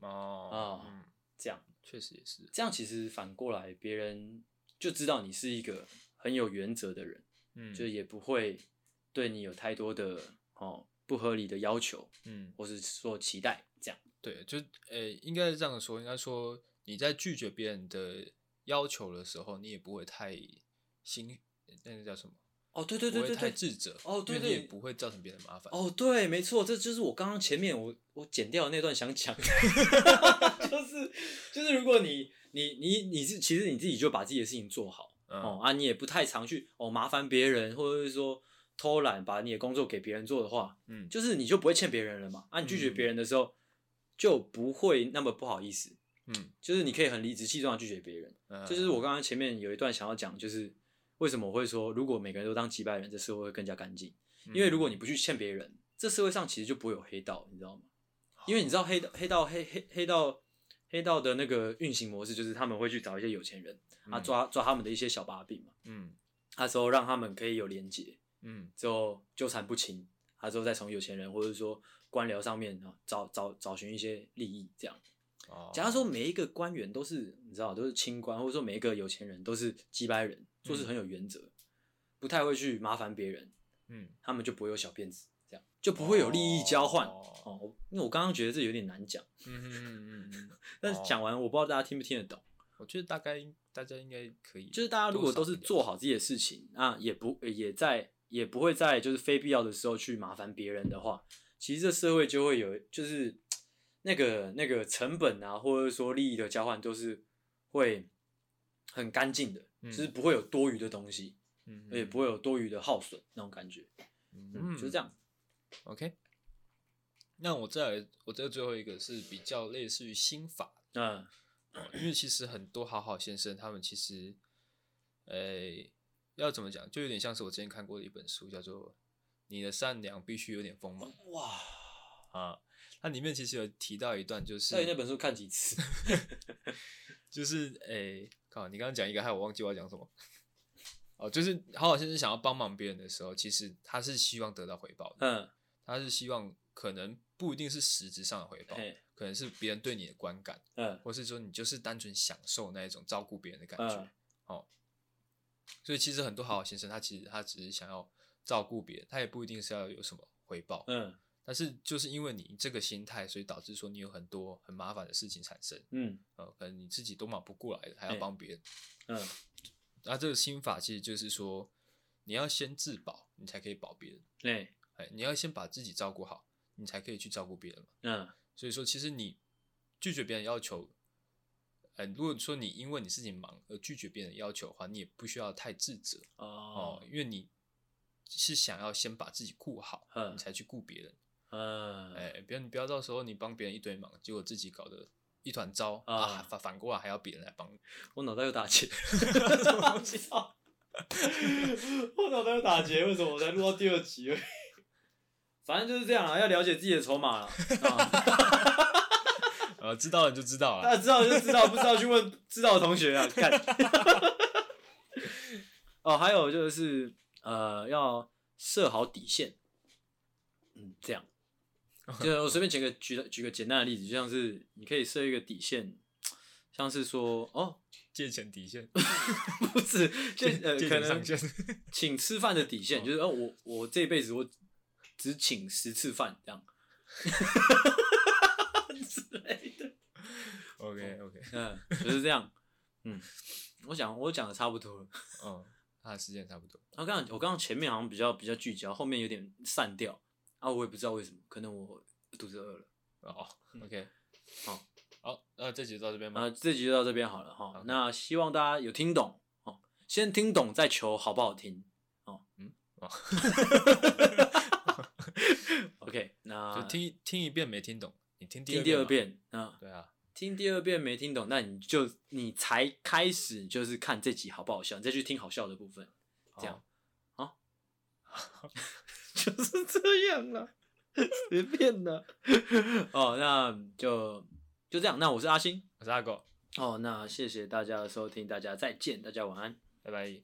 Speaker 2: 哦
Speaker 1: 啊，
Speaker 2: 嗯，
Speaker 1: 这样。
Speaker 2: 确实也是。
Speaker 1: 这样其实反过来，别人就知道你是一个很有原则的人，
Speaker 2: 嗯，
Speaker 1: 就也不会对你有太多的哦不合理的要求，
Speaker 2: 嗯，
Speaker 1: 或是说期待，这样
Speaker 2: 对，就呃、应该是这样说，应该说你在拒绝别人的要求的时候，你也不会太心，那个叫什么？
Speaker 1: 哦，对对对
Speaker 2: 不
Speaker 1: 对
Speaker 2: 会太
Speaker 1: 对，
Speaker 2: 自责
Speaker 1: 哦对
Speaker 2: 因为你
Speaker 1: 对
Speaker 2: 也不会造成别人麻烦。
Speaker 1: 哦，对，没错，这就是我刚刚前面我我剪掉的那段想讲， 就是就是如果你你你你是其实你自己就把自己的事情做好
Speaker 2: 嗯
Speaker 1: 哦啊，你也不太常去哦麻烦别人，或者是说偷懒把你的工作给别人做的话，
Speaker 2: 嗯，
Speaker 1: 就是你就不会欠别人了嘛。啊，你拒绝
Speaker 2: 嗯
Speaker 1: 别人的时候、就不会那么不好意思，
Speaker 2: 嗯，
Speaker 1: 就是你可以很理直气壮的拒绝别人。
Speaker 2: 呃
Speaker 1: 这就是我刚刚前面有一段想要讲，就是为什么我会说，如果每个人都当几百人，这社会会更加干净。因为如
Speaker 2: 嗯
Speaker 1: 果你不去欠别人，这社会上其实就不会有黑道，你知道吗？因为你知
Speaker 2: 哦
Speaker 1: 道黑道、黑道、黑黑黑道、黑道的那个运行模式，就是他们会去找一些有钱人啊，
Speaker 2: 嗯
Speaker 1: 抓抓他们的一些小把柄嘛，
Speaker 2: 嗯
Speaker 1: 啊之后让他们可以有连结，
Speaker 2: 嗯
Speaker 1: 之后纠缠不清，啊之后再从有钱人或者说官僚上面啊找找找寻一些利益，这样。
Speaker 2: 哦，
Speaker 1: 假如说每一个官员都是你知道都是清官，或者说每一个有钱人都是几百人，做事很有原则，不太会去麻烦别人，
Speaker 2: 嗯
Speaker 1: 他们就不会有小辫子，这样就不会有利益交换。哦
Speaker 2: 哦
Speaker 1: 我因为我刚刚觉得这有点难讲，
Speaker 2: 嗯嗯嗯嗯嗯，
Speaker 1: 但是
Speaker 2: 哦
Speaker 1: 讲完我不知道大家听不听得懂。
Speaker 2: 我觉得大概大家应该可以，
Speaker 1: 就是大家如果都
Speaker 2: 多少
Speaker 1: 是
Speaker 2: 了解
Speaker 1: 做好自己的事情，那也不呃也在也不会在就是非必要的时候去麻烦别人的话，其实这社会就会有就是那个那个成本啊，或者说利益的交换都是会很干净的，
Speaker 2: 嗯
Speaker 1: 就是不会有多余的东西，
Speaker 2: 嗯，嗯
Speaker 1: 也不会有多余的耗损那种感觉，嗯，就是这。样。
Speaker 2: OK，那我再来，我这最后一个是比较类似于心法
Speaker 1: 嗯
Speaker 2: 哦 因为其实很多好好先生他们其实，呃，要怎么讲，就有点像是我之前看过的一本书，叫做《你的善良必须有点锋芒》
Speaker 1: 哇，
Speaker 2: 啊。它里面其实有提到一段，就是
Speaker 1: 到底那本书看几次？
Speaker 2: 就是诶，靠、你刚刚讲一个，害我忘记我要讲什么。哦，就是好好先生想要帮忙别人的时候，其实他是希望得到回报的，
Speaker 1: 嗯，
Speaker 2: 他是希望可能不一定是实质上的回报，
Speaker 1: 嘿，
Speaker 2: 可能是别人对你的观感，
Speaker 1: 嗯
Speaker 2: 或是说你就是单纯享受那一种照顾别人的感觉。
Speaker 1: 嗯
Speaker 2: 哦，所以其实很多好好先生，他其实他只是想要照顾别人，他也不一定是要有什么回报。
Speaker 1: 嗯
Speaker 2: 但是就是因为你这个心态，所以导致说你有很多很麻烦的事情产生。
Speaker 1: 嗯
Speaker 2: 呃，可能你自己都忙不过来了，还
Speaker 1: 哎
Speaker 2: 要帮别人。
Speaker 1: 嗯，
Speaker 2: 那、这个心法其实就是说，你要先自保，你才可以保别人。
Speaker 1: 对，
Speaker 2: 哎，你要先把自己照顾好，你才可以去照顾别人嘛。
Speaker 1: 嗯
Speaker 2: 所以说，其实你拒绝别人要求，呃，如果说你因为你自己忙而拒绝别人要求的话，你也不需要太自责哦
Speaker 1: 哦，，
Speaker 2: 因为你是想要先把自己顾好，
Speaker 1: 嗯
Speaker 2: 你才去顾别人。
Speaker 1: 嗯，
Speaker 2: 哎，不要你不要到时候你帮别人一堆忙，结果自己搞得一团糟
Speaker 1: 啊
Speaker 2: 啊，反反过来还要别人来帮你。
Speaker 1: 我脑袋又打结，我不知道，我脑袋又打结，为什么我才录到第二集而已？反正就是这样啦，要了解自己的筹码 啦。啊
Speaker 2: 呃，知道了就知道
Speaker 1: 大
Speaker 2: 了。
Speaker 1: 家知道就知道，不知道去问知道的同学啊。看， 哦，还有就是呃，要设好底线。嗯，这样，就我随便举个举举个简单的例子，就像是你可以设一个底线，像是说哦，
Speaker 2: 借钱 底线，
Speaker 1: 不是， 就呃
Speaker 2: 借
Speaker 1: 可
Speaker 2: 钱
Speaker 1: 能
Speaker 2: 上限。
Speaker 1: 请吃饭的底线，就是哦，我我这辈子我只请十次饭这样之类的，
Speaker 2: OK OK，
Speaker 1: 嗯， 就是这样，嗯，我想我讲的差不多了。
Speaker 2: 嗯，那时间差不多。
Speaker 1: 我刚刚我刚刚前面好像比较比较聚焦，后面有点散掉啊，我也不知道为什么，可能我肚子饿了。
Speaker 2: 哦，OK，
Speaker 1: 嗯好，
Speaker 2: 好，那这集就到这边吧。
Speaker 1: 啊，这集就到这边好了哈
Speaker 2: 好。
Speaker 1: 那希望大家有听懂哦，先听懂再求好不好听哦。
Speaker 2: 嗯，
Speaker 1: 哦
Speaker 2: 哦
Speaker 1: ，OK，那
Speaker 2: 就听一听一遍没听懂，你听
Speaker 1: 嗯听
Speaker 2: 第
Speaker 1: 第二。遍啊，
Speaker 2: 对啊，
Speaker 1: 听第二遍没听懂，那你就你才开始就是看这集好不好笑，你再去听好笑的部分，这样啊 就是这样了， 随便的。哦，那就就这样。那我是阿星
Speaker 2: 我是阿狗，
Speaker 1: 哦，那谢谢大家的收听，大家再见，大家晚安。
Speaker 2: 拜拜。